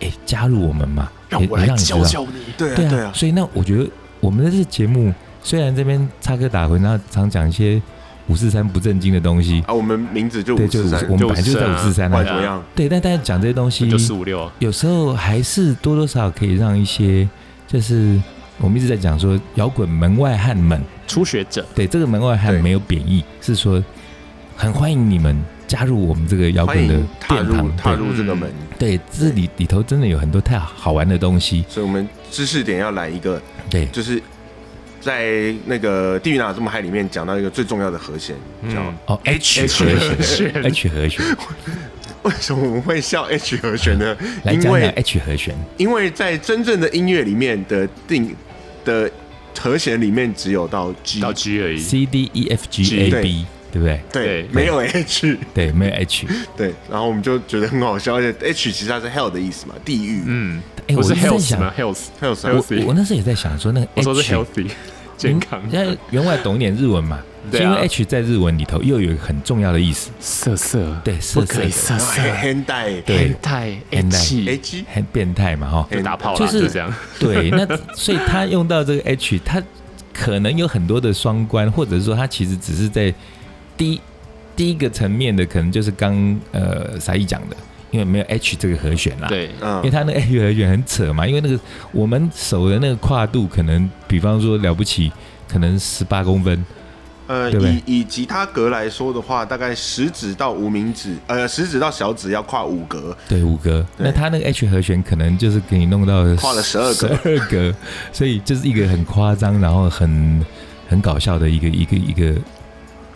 C: 哎，加入我们嘛，
B: 让
C: 也
B: 我
C: 也
B: 来
C: 让你知道
B: 教教你。
A: 对啊
C: 对
A: 对
C: 啊
A: 啊，，
C: 所以那我觉得我们的这节目虽然这边插科打诨，然后常讲一些五四三不正经的东西，
A: 啊，我们名字就
C: 对，
A: 五
C: 就
A: 四
C: 是
A: 三，
C: 我们
A: 不
B: 就
C: 本来就在五四三
B: 五
C: 啊
A: 管
B: 四三，
A: 怎么样，
C: 对，但大家讲这些东西
B: 就四五六啊，
C: 有时候还是多多少少可以让一些，就是我们一直在讲说摇滚门外汉们，
B: 初学者，
C: 对这个门外汉
A: 对
C: 没有贬义，是说很欢迎你们加入我们这个摇
A: 欢
C: 滚的
A: 迎踏
C: 殿
A: 入
C: 堂，
A: 踏入这个门。
C: 对对，这里里头真的有很多太好玩的东西，
A: 所以我们知识点要来一个，
C: 对，
A: 就是在那个《地狱哪有这么嗨》里面讲到一个最重要的和弦，叫
B: 嗯，
C: 哦 H 和弦，H 和弦，
A: 为什么我们会笑 H 和弦呢？
C: 来
A: 因
C: 讲讲哎
A: 为
C: H 和弦，
A: 因为在真正的音乐里面的定的和弦里面只有到 G，
B: 到 G 而已。
C: C D E F G A
A: 对
C: B，对不对？
A: 对
B: 对，
A: 没有 H，
C: 对，没有 H。
A: 对，然后我们就觉得很好笑，而且 H 其实它是 hell 的意思嘛，地狱，嗯，
B: 嗯，
C: 哎，
B: 不
C: 我
B: 是
C: 一直在
B: health 吗
C: 想，
B: ？health，
A: hell 啥
C: 我我
B: healthy
C: 我那时候也在想说那个
B: 我
C: H，嗯
B: 说是 healthy，健康。
C: 要员外懂一点日文嘛，是因为 H 在日文里头又有一个很重要的意思，
B: 色色，
C: 对，色
B: 不
C: 色
B: 可以
C: 的，
B: 色色，
A: 很大
C: 对，
B: 太
C: 很
A: 哎
B: H
A: 鸡
C: 很变态嘛哈。
B: 就打炮了，
C: 就
B: 就是是这样。
C: 对，那所以他用到这个 H，他可能有很多的双关，或者说他其实只是在第一第一个层面的，可能就是刚呃沙溢讲的，因为没有 H 这个和弦啦。。
B: 对，
A: 嗯
C: 因为他那个 H 和弦很扯嘛，因为那个我们手的那个跨度，可能比方说了不起，可能十八公分，
A: 呃，
C: 对不对
A: 以以吉他格来说的话，大概食指到无名指，呃，食指到小指要跨五格，
C: 对，五格。
A: 对
C: 那他那个 H 和弦可能就是给你弄到
A: 跨了12
C: 十
A: 格
C: 二 格，所以就是一个很夸张，然后很很搞笑的一个一个一个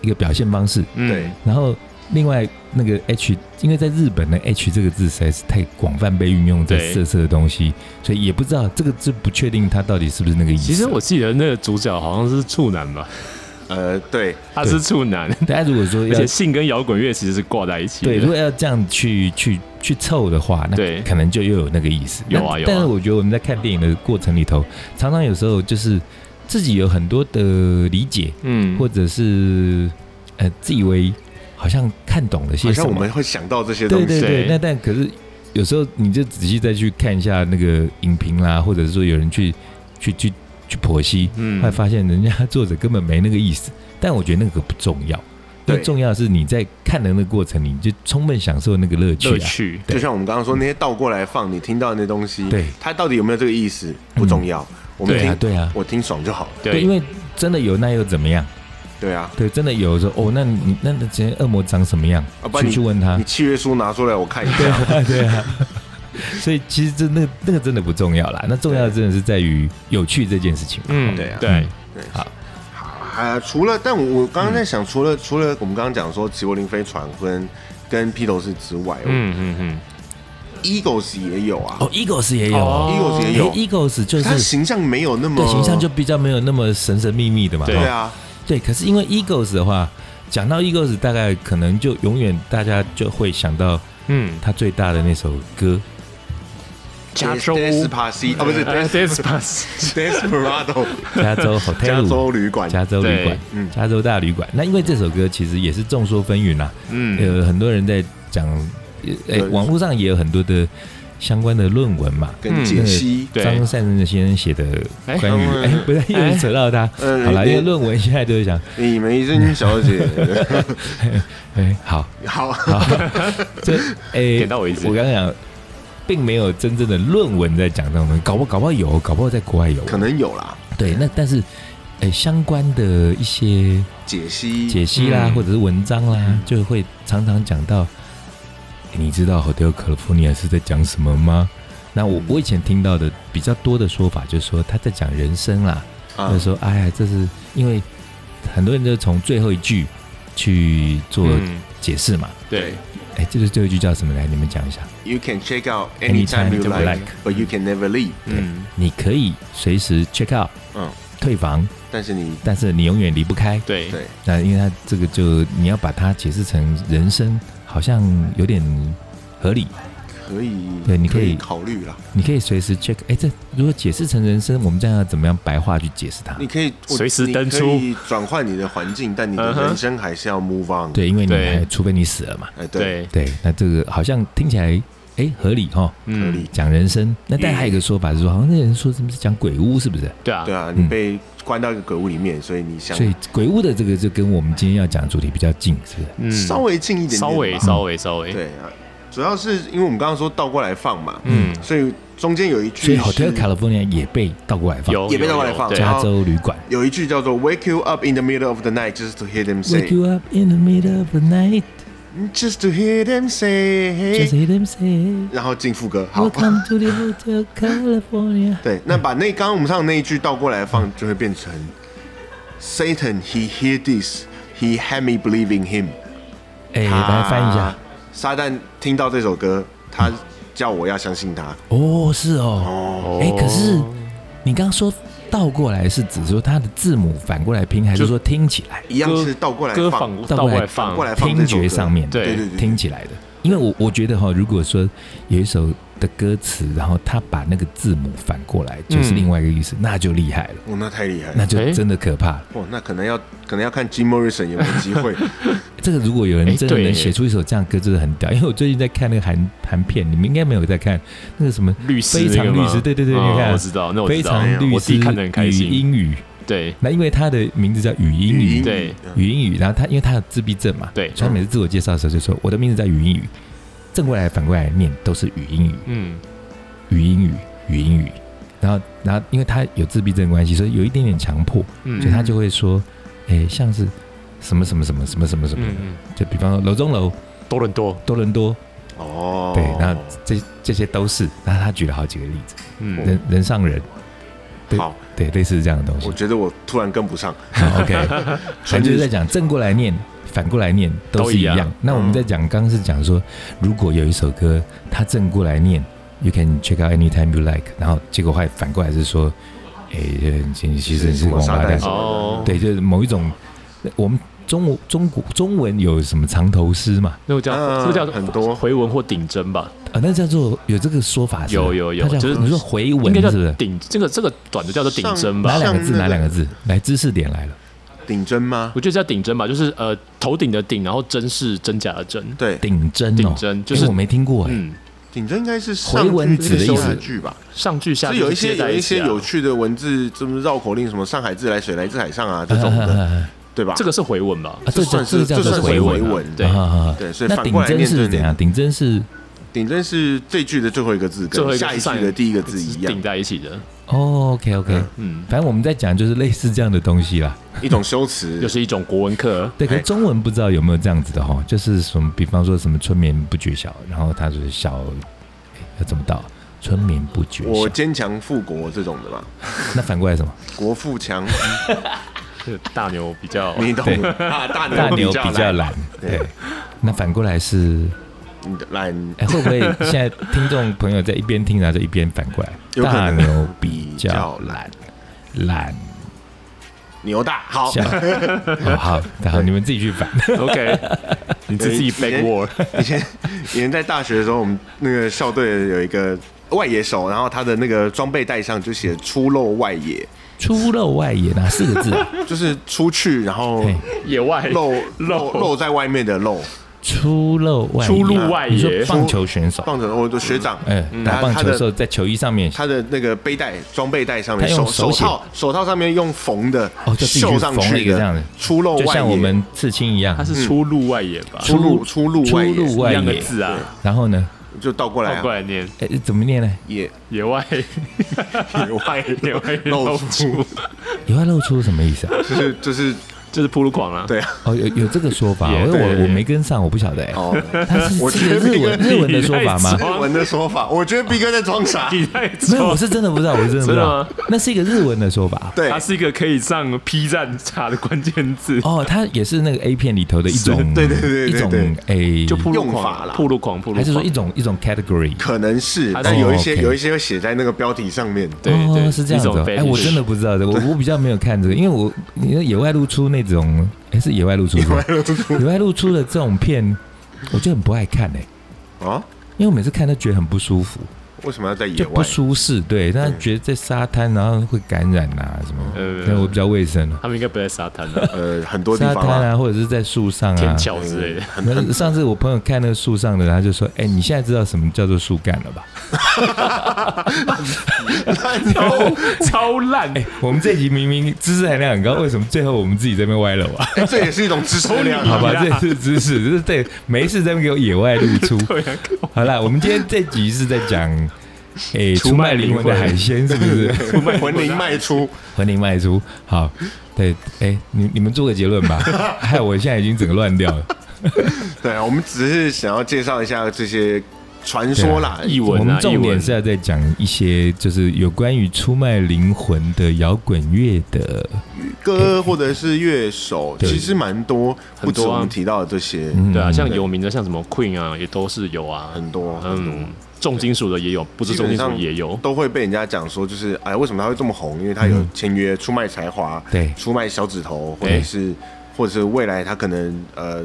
C: 一个表现方式。
B: 嗯
A: 对，
C: 然后另外那个 H，因为在日本呢，H 这个字实在是太广泛被运用在
B: 对
C: 色色的东西，所以也不知道这个字不确定它到底是不是那个意思。
B: 其
C: 啊
B: 实我记得那个主角好像是处男吧，
A: 呃，对，
B: 他是处男，
C: 大家如果说
B: 而
C: 要
B: 且性跟摇滚乐其实是挂在一起的。
C: 对，如果要这样去去去凑的话，那
B: 对
C: 可能就又有那个意思。
B: 有啊
C: 那
B: 有啊
C: 但是我觉得我们在看电影的过程里头，常常有时候就是自己有很多的理解，
B: 嗯，
C: 或者是呃自以为好像看懂了
A: 嗯好
C: 些什
A: 像我
C: 么
A: 们。会想到这些东
C: 对
A: 西，
C: 对对，
B: 对
C: 那但可是有时候你就仔细再去看一下那个影评啦，或者是说有人去去去去剖析，
B: 嗯
C: 会发现人家作者根本没那个意思。但我觉得那个不重要，因为
A: 对
C: 重要的是你在看的那个过程里，你就充分享受那个乐趣
B: 乐
C: 啊。
B: 趣，
C: 对
A: 就像我们刚刚说那些倒过来放，你听到的那东西，
C: 对
A: 它到底有没有这个意思不重要，我们
C: 对啊
A: 听，
C: 对啊，
A: 我听爽就好了，
C: 对，因为真的有那又怎么样？
A: 对啊，
C: 对，真的有说哦，那你那那这些恶魔长什么样
A: 啊不？然
C: 去
A: 你
C: 去问他
A: 你。契约书拿出来我看一
C: 对
A: 下，
C: 啊，对啊。所以其实这那个那个真的不重要啦，那重要的真的是在于有趣这件事情。
B: 嗯，
A: 对啊
B: 对，
A: 啊，除了，但我刚刚在想，除了除了我们刚刚讲说齐柏林飞船跟跟披头士之外、
B: 嗯嗯嗯，
A: e a g l e s 也有啊、
C: 哦，Eagles 也有
B: 哦
A: e a g l e s 也有，
C: 诶，Eagles 就
A: 它
C: 是
A: 形象没有那么
C: 对形象就比较没有那么神神秘秘的嘛。
B: 对
A: 对
C: 哦
A: 啊，
C: 对，可是因为 Eagles 的话，讲到 Eagles，大概可能就永远大家就会想到
B: 嗯，
C: 他最大的那首歌，
B: 加州
A: Despacito 啊，不是
B: 呃
A: Des-
B: Despas，
A: Desperado
C: 加
A: 加
C: 州 Hotel
A: 州旅馆，
C: 加州旅馆
B: 对，
A: 嗯
C: 加州大旅馆。那因为这首歌其实也是众说纷纭啦，啊
B: 嗯，
C: 有很多人在讲，呃，
A: 对
C: 诶网络上也有很多的相关的论文嘛。
A: 跟解析，
B: 对
C: 张善人的先生写的
B: 哎
C: 关于，
A: 他们
C: 哎，不是又扯到他，
A: 呃
C: 好了，
A: 你
C: 因为论文现在都是想，
A: 你梅珍小姐，
C: 哎，好，
A: 好，
C: 这哎，
B: 点到为止
C: 我刚刚讲，并没有真正的论文在讲这种东西，搞不搞不好有，搞不好在国外有。
A: 可能有啦，
C: 对，那但是，哎，相关的一些
A: 解析，
C: 解析啦，
B: 嗯
C: 或者是文章啦，就会常常讲到，哎你知道 Hotel California 是在讲什么吗？那我我以前听到的比较多的说法，就是说他在讲人生啦，
A: 啊
C: 就，说哎呀，这是因为很多人就从最后一句去做
B: 嗯
C: 解释嘛。
B: 对，
C: 哎，这个最后一句叫什么来？你们讲一下。
A: You can check out
C: Anytime
A: anytime you
C: you
A: like,
C: like.
A: but you can never leave。
B: 嗯，
C: 你可以随时 check out，
A: 嗯，
C: 退房，
A: 但是你
C: 但是你永远离不开。
B: 对，
A: 对
C: 那因为它这个就你要把它解释成人生，好像有点合理。
A: 可以，
C: 对你可
A: 可
C: 以
A: 考虑啦，
C: 你可以随时 check。哎，这如果解释成人生，我们这样要怎么样白话去解释它
A: 你？可以我
B: 随时
A: 你
B: 登
A: 可
B: 出
A: 以转换你的环境，但你的
B: 嗯哼
A: 人生还是要 move on。，
C: 对，因为你
B: 对
C: 还除非你死了嘛。
A: 哎对，
B: 对，
C: 对，那这个好像听起来哎合理哈。
A: 合
B: 嗯
A: 理，。
C: 讲人生，那但还有一个说法是说，好像那人说什么是讲鬼屋，是不是？
B: 对啊
A: 对，啊，
C: 嗯
A: 你被关到一个鬼屋里面，所以你想
C: 所以鬼屋的这个就跟我们今天要讲的主题比较近，是不是？
B: 嗯，
A: 稍微近一点点吧，
B: 稍微稍微稍微，
A: 对啊，主要是因为我们刚刚说倒过来放嘛，
B: 嗯，
A: 所以中间有一句
C: 所以
A: 是
C: Hotel California 也被倒过来放，
B: 有
A: 也被倒过来
B: 有
A: 放
B: 对
A: 然后
C: 加州旅馆。
A: 有一句叫做 "Wake you up in the middle of the night just to hear them say,
C: Wake you up in the middle of the night,
A: just to hear them
C: just
A: say"，
C: hear them say,
A: 然后进副歌，好。
C: Welcome to the Hotel California。
A: 对，那把那刚刚我们唱的那一句倒过来放，就会变成 Satan he hear this he had me believe in him。
C: 哎，
B: 啊
C: 来翻译一下。。
A: 撒旦听到这首歌，他叫我要相信他。
C: 哦，是哦。哎，可是你刚刚说倒过来是指说它的字母反过来拼，还是说听起来？
A: 一样是倒过来
B: 歌
A: 放，
B: 反
C: 倒
B: 倒
C: 过
B: 过
C: 来
B: 来
A: 反过来
B: 哎
A: 放
B: 放，
C: 听
A: 这首
C: 觉
A: 歌
C: 上面
B: 对
A: 对对对，
C: 听起来的。因为我我觉得哈，如果说有一首的歌词，然后他把那个字母反过来就是
B: 嗯哎
C: 另外一个意思，那就厉害了，
A: 哦，那太厉害了
C: 那，就
B: 诶
C: 真的可怕了。
A: 哦，那可能要可能要看 Jim Morrison 有没有机 会，
C: 这个如果有人
B: 诶
C: 真的
B: 哎对
C: 能
B: 耶
C: 写出一首这样的歌，真的很屌。 因为我最近在看那个韩韩片，你们应该没有在看那个什么
B: 律师
C: 非常
B: 那个吗
C: 律师对对对
B: 哦
C: 你看
B: 我知道，那我
C: 非
B: 知道
C: 常，律
B: 我
C: 师
B: 自己看得很开
C: 语
B: 心
C: 英语。
B: 对
C: 那因为他的名字叫语音
A: 语
C: 语
A: 音，
B: 对
A: 嗯
C: 语音语，然后他因为他有自闭症嘛，
B: 对，
C: 所以他每次自我介绍的时候就说我的名字叫语音语，正过来反过来念都是语音语，
B: 嗯，
C: 语音语，语音语。然后然后因为他有自闭症的关系，所以有一点点强迫，
B: 嗯
C: 所以他就会说，诶，像是什么什么什么什么什么什么，
B: 嗯，
C: 就比方说楼中楼、
B: 多伦多，
C: 多伦多，
A: 哦，
C: 对，然后这这些都是，然后他举了好几个例子，
B: 嗯，
C: 人人上人，对
A: 好，
C: 对，类似这样的东西
A: 我。觉得我突然跟不上，
C: 好 OK，反正就是在讲正过来念，反过来念都是一样。嗯
B: 都一样
C: 那我们在讲，刚刚是讲说，如果有一首歌，它正过来念，You can check out anytime you like，然后结果还反过来是说，哎、其其实你是
A: 什么
C: 王
A: 沙
C: 八
A: 袋
C: 蛋
A: 什，么
B: 哦
A: 的，
C: 对，就是某一种，我们中国中国中文有什么藏头诗嘛？
B: 那个叫
A: 嗯
B: 是不是叫
A: 很多
B: 回文或顶针吧？
C: 啊，那叫做有这个说法是吧
B: 有有有
C: 它叫
B: 就是
C: 你说回
B: 应
C: 文
B: 该
C: 是
B: 叫
C: 不是？
B: 顶，这个这个短的叫做顶针吧
C: 哪
A: 上？
C: 两个字？
A: 像那个
C: 哪两个字？来，知识点来了。
A: 顶针吗
B: 我？觉得叫顶针吧，就是呃头顶的顶，然后针是真假的针。
A: 对，
C: 顶针哦，
B: 顶针就是
C: 诶我没听过哎、
B: 嗯，
A: 顶针应该是
C: 回
A: 上
C: 文
A: 字
C: 子的
A: 跟
C: 意
A: 下
C: 思
A: 句吧，
B: 上句下
A: 是
B: 句
A: 有一
B: 接
A: 些有
B: 在
A: 一
B: 起
A: 些
B: 啊
A: 有趣的文字，什么绕口令，什么上海自来水来自海上啊这
C: 啊
A: 种
C: 啊啊
A: 的，
C: 啊
A: 对吧？
B: 这个是回文吧？
C: 啊，这叫
A: 算
C: 这
A: 是
C: 个叫
A: 这
C: 做
A: 算是
C: 回
A: 回
C: 文啊，
A: 文，
B: 对
C: 啊啊啊
A: 对，所以
C: 那
A: 反
C: 顶
A: 过来
C: 针
A: 念
C: 是
A: 正
C: 怎样？
A: 念，
C: 顶针是
A: 顶针是这句的最后一个字，
B: 最后
A: 跟
B: 一
A: 下
B: 个
A: 一
B: 上
A: 句的第一个字一
B: 顶
A: 样，
B: 在一起的，
C: 哦，OK OK，
B: 嗯，
C: 反正我们在讲就是类似这样的东西啦。
A: 一种修辞
B: 又。是一种国文课。
C: 对，可是
A: 哎
C: 中文不知道有没有这样子的哈，就是什么，比方说什么春眠不觉晓，然后他说小，哎要怎么到春眠不觉
A: 我
C: 晓？
A: 坚强复国这种的吧，
C: 那反过来什么？
A: 国富强，
B: 这个大牛比较
A: 你懂
C: 对
A: 啊？大
C: 大牛
A: 比
C: 比较
A: 懒，
C: 懒，
A: 对
C: 对。那反过来是，
A: 你的 懒
C: 哎，会不会现在听众朋友在一边听，然后就一边反过来？
A: 有可
C: 大
A: 能
C: 牛比
A: 比
C: 较
A: 较懒，
C: 懒
A: 牛大好
C: 笑。。哦好，好，你们自己去反。
B: OK，你自己
A: 以
B: back
A: 前
B: wall
A: 以前以前在大学的时候，我们那个校队有一个外野手，然后他的那个装备袋上就写“出露外 野
C: 出露外野哪四个字啊？”，
A: 就是出去然后
C: 嘿
B: 野外
A: 露露露在外面的露。
C: 出露外野
B: 出露外野
C: 你说棒球选手，
A: 棒球我的学长，
C: 哎，打
A: 他
C: 棒
A: 他
C: 球的时候
A: 的
C: 在球衣上面，
A: 嗯他的那个背带装备带上面
C: 他用
A: 手
C: 手
A: 手
C: 写
A: 套手套上面用缝的
C: 哦就自己去
A: 绣上
C: 缝了一
A: 去
C: 个这样子
A: 的，出露
C: 就
A: 外
C: 像我
A: 野，
C: 们刺青一样
B: 它，是出入外野吧？
A: 出露出露
C: 出
A: 外
C: 露
A: 野，
C: 外
B: 一样的
C: 野。
B: 嗯字啊，
C: 然后呢，
A: 就倒过来
B: 倒过
A: 啊，
B: 来念
C: 哎，怎么念呢？
A: 野
B: 野外
A: 野外
B: 野外
A: 露
B: 露
A: 出
B: 出，
C: 野外露出什么意思啊？
A: 就是就是
B: 就是铺路狂了。
A: 对啊，
C: 哦，有有这个说法，
B: 野
C: 因为
B: 对
C: 我我没跟上，我不晓得哎。
A: 哦，
C: 他是
A: 我
C: 这
A: 觉得
C: 个日文
B: 那个
C: 日文的说法吗
B: 你在？
A: 日文的说法，我觉得 B 哥在装 傻。
B: 你太
C: 没有，
B: 装
C: 我是真的不知道，我是真的不知道
B: 真的吗。
C: 那是一个日文的说法。
A: 对
B: 它，是一个可以上 P 站查的关键字，
C: 哦，它也是那个 A 片里头的一种，
A: 对对对对
C: 一种
A: 对
C: 哎，
B: 就铺路
A: 用法
B: 狂啊
A: 啦
B: 铺路狂，铺路
C: 还是说
B: 狂
C: 一。种一种 category。
A: 可能是，
B: 它是
A: 但有一
C: 哦
A: 些
C: ，OK
A: 有一些会写在那个标题上面。
B: 对
C: 哦
B: 对，
C: 是这样子哦、哎、
B: 哎，
C: 我真的不知道的，我我比较没有看这个，因为我你说野外露出那种，哎、是野外露出是吧，野外露出，的这种片，我就很不爱看 哎、
A: 啊，
C: 因为我每次看都觉得很不舒服，
A: 为什么要在野
C: 就
A: 外
C: 不？舒适，对，但
A: 对
C: 觉得在沙滩然后会感染啊什么，
B: 呃
C: 对，我比较卫生啊，
B: 他们应该不在沙滩
C: 哦
B: 的
A: 呃，很多地
C: 沙
A: 方
C: 滩
A: 啊，
C: 啊或者是在树上啊
B: 天。桥之类
A: 哎
B: 的。
C: 那上次我朋友看那个树上的，他就说：“哎、你现在知道什么叫做树干了吧啊
B: 超超烂，？”
C: 我们这集明明知识含量很高，为什么最后我们自己这边歪楼啊？
A: 哎这也是一种知识量啊。
C: 好吧，
B: 呀
C: 这是知识，这是对，没事在那边给我野外露出。
B: 对啊，
C: 好啦，我们今天这集是在讲，诶、出
B: 出卖
C: 卖灵
B: 灵
C: 魂的
B: 魂
C: 海鲜是不 是？
A: 魂灵卖出，
C: 魂灵卖出，好，对，诶、你你们做个结论 吧，害我现在已经整个乱掉了。
A: 对，啊我们只是想要介绍一下这些传说啦，
B: 译
C: 我
B: 文
C: 们
B: 啊，译
C: 重点
B: 文
C: 是要在讲一些就是有关于出卖灵魂的摇滚乐的，
A: 歌或者是乐手，
C: 对
A: 其实蛮多，不
B: 很
A: 止
B: 多啊
A: 我们提到的这些，
C: 嗯
B: 对啊，像
A: 对
B: 有名的像什么 Queen 啊，也都是有啊，
A: 很多很多
B: 嗯，重金属的也有，不是
A: 基
B: 重
A: 本
B: 金属
A: 上
B: 也有，嗯
A: 都会被人家讲说，就是哎，为什么他会这么红？因为他有签约出卖才华，
C: 对
A: 出卖小指头，或
B: 对
A: 者是或者是未来他可能呃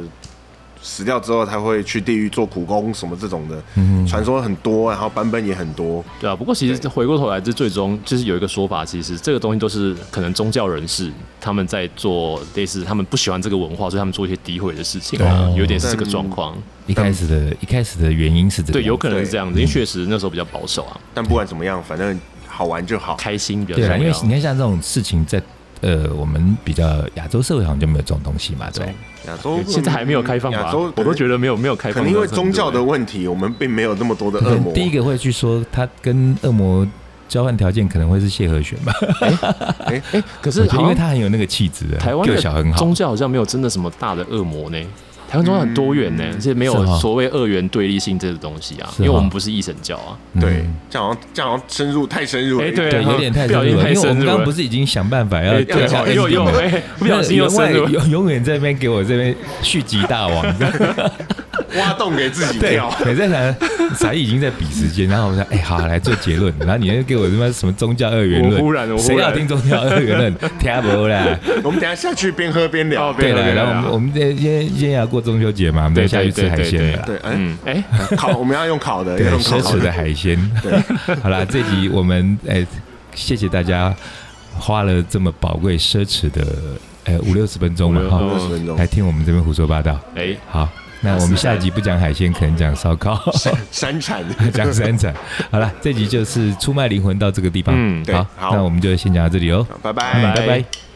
A: 死掉之后他会去地狱做苦工什么这种的，
B: 嗯
A: 传说很多，然后版本也很多。
B: 对啊，不过其实
A: 对
B: 回过头来，这最终就是有一个说法，其实这个东西都是可能宗教人士他们在做类似他们不喜欢这个文化，所以他们做一些诋毁的事情啊
C: 哦，
B: 有点是这个
A: 但
B: 状况。
C: 一开始的一开始的原因是这
B: 嗯
C: 个，
B: 对，有可能是
A: 对
B: 这样子，因为确实那时候比较保守啊，
A: 但不管怎么样，反正好玩就好。
B: 开心比较
C: 对啦，
B: 重
C: 因为
B: 要
C: 你。看像这种事情在呃我们比较亚洲社会好像就没有这种东西嘛，对
B: 对
A: 亚洲
B: 现在还没有开放吧
A: 亚洲？
B: 我都觉得没有没有开
A: 可
B: 放。
A: 能因为宗教的，问题，我们并没有那么多的恶魔。
C: 第一个会去说他跟恶魔交换条件可能会是谢和弦吧，
B: 哎，可
C: 我
B: 是
C: 觉得
B: 好
C: 因为
B: 像
C: 他很有那个气质啊，
B: 台湾
C: 个小很
B: 的
C: 好
B: 宗，教好像没有真的什么大的恶魔呢。台湾宗教很多元呢，
A: 嗯
B: 而且没
C: 是
B: 有
C: 哦
B: 所谓二元对立性这个东西啊，
C: 是
B: 因为
C: 哦
B: 我们不是一神教啊。
C: 嗯
A: 对，这样好像这样好像深入太深入了。
B: 哎对
C: 对，
B: 然后
C: 有点太
B: 不小
C: 深
B: 心
C: 入了，
B: 太
C: 因为我
B: 深
C: 们
B: 入
C: 刚刚
B: 了
C: 不是已对，想办法要
B: 哎，对
C: 讲下
B: 哦又
C: ending
B: 又
C: 吗
B: 哎，不小心又深入
C: 那员外永永远在那边给我这边续集大王， 你知道吗
A: 挖洞给自己
B: 哦
A: 跳。
C: 每次想才艺已经在比时间，然后我说，哎、好，来做结论，然后你又给我他妈什么宗教二元论，
B: 我忽然我忽然
C: 谁要听宗教二 元论？听不啦？
A: 我们等一下下去边喝边聊
B: 哦。
C: 对
B: 边
C: 了，
B: 对
C: 然后我
B: 啦
C: 们我们今天今天要过中秋节嘛，我们
B: 对
C: 要下去吃海鲜的啦，
A: 对，哎，
B: 嗯，哎，
A: 烤我们要用烤的，
C: 对
A: 要，用烤
C: 奢侈的
A: 的。
C: 海鲜。 好啦，这集我们哎、谢谢大家花了这么宝贵奢侈的哎五六十分钟嘛
B: 五六
C: 哈
B: 嗯，
A: 二十分钟
C: 来，听我们这边胡说八道。
B: 哎，
C: 好，那我们下集不讲海鲜，可能讲烧 烤。
A: 山产
C: 讲三展。好了，这集就是出卖灵魂到这个地方。
B: 嗯
A: 对
C: 好，
A: 好
C: 那我们就先讲到这里哦，
A: 拜拜
C: 嗯拜拜。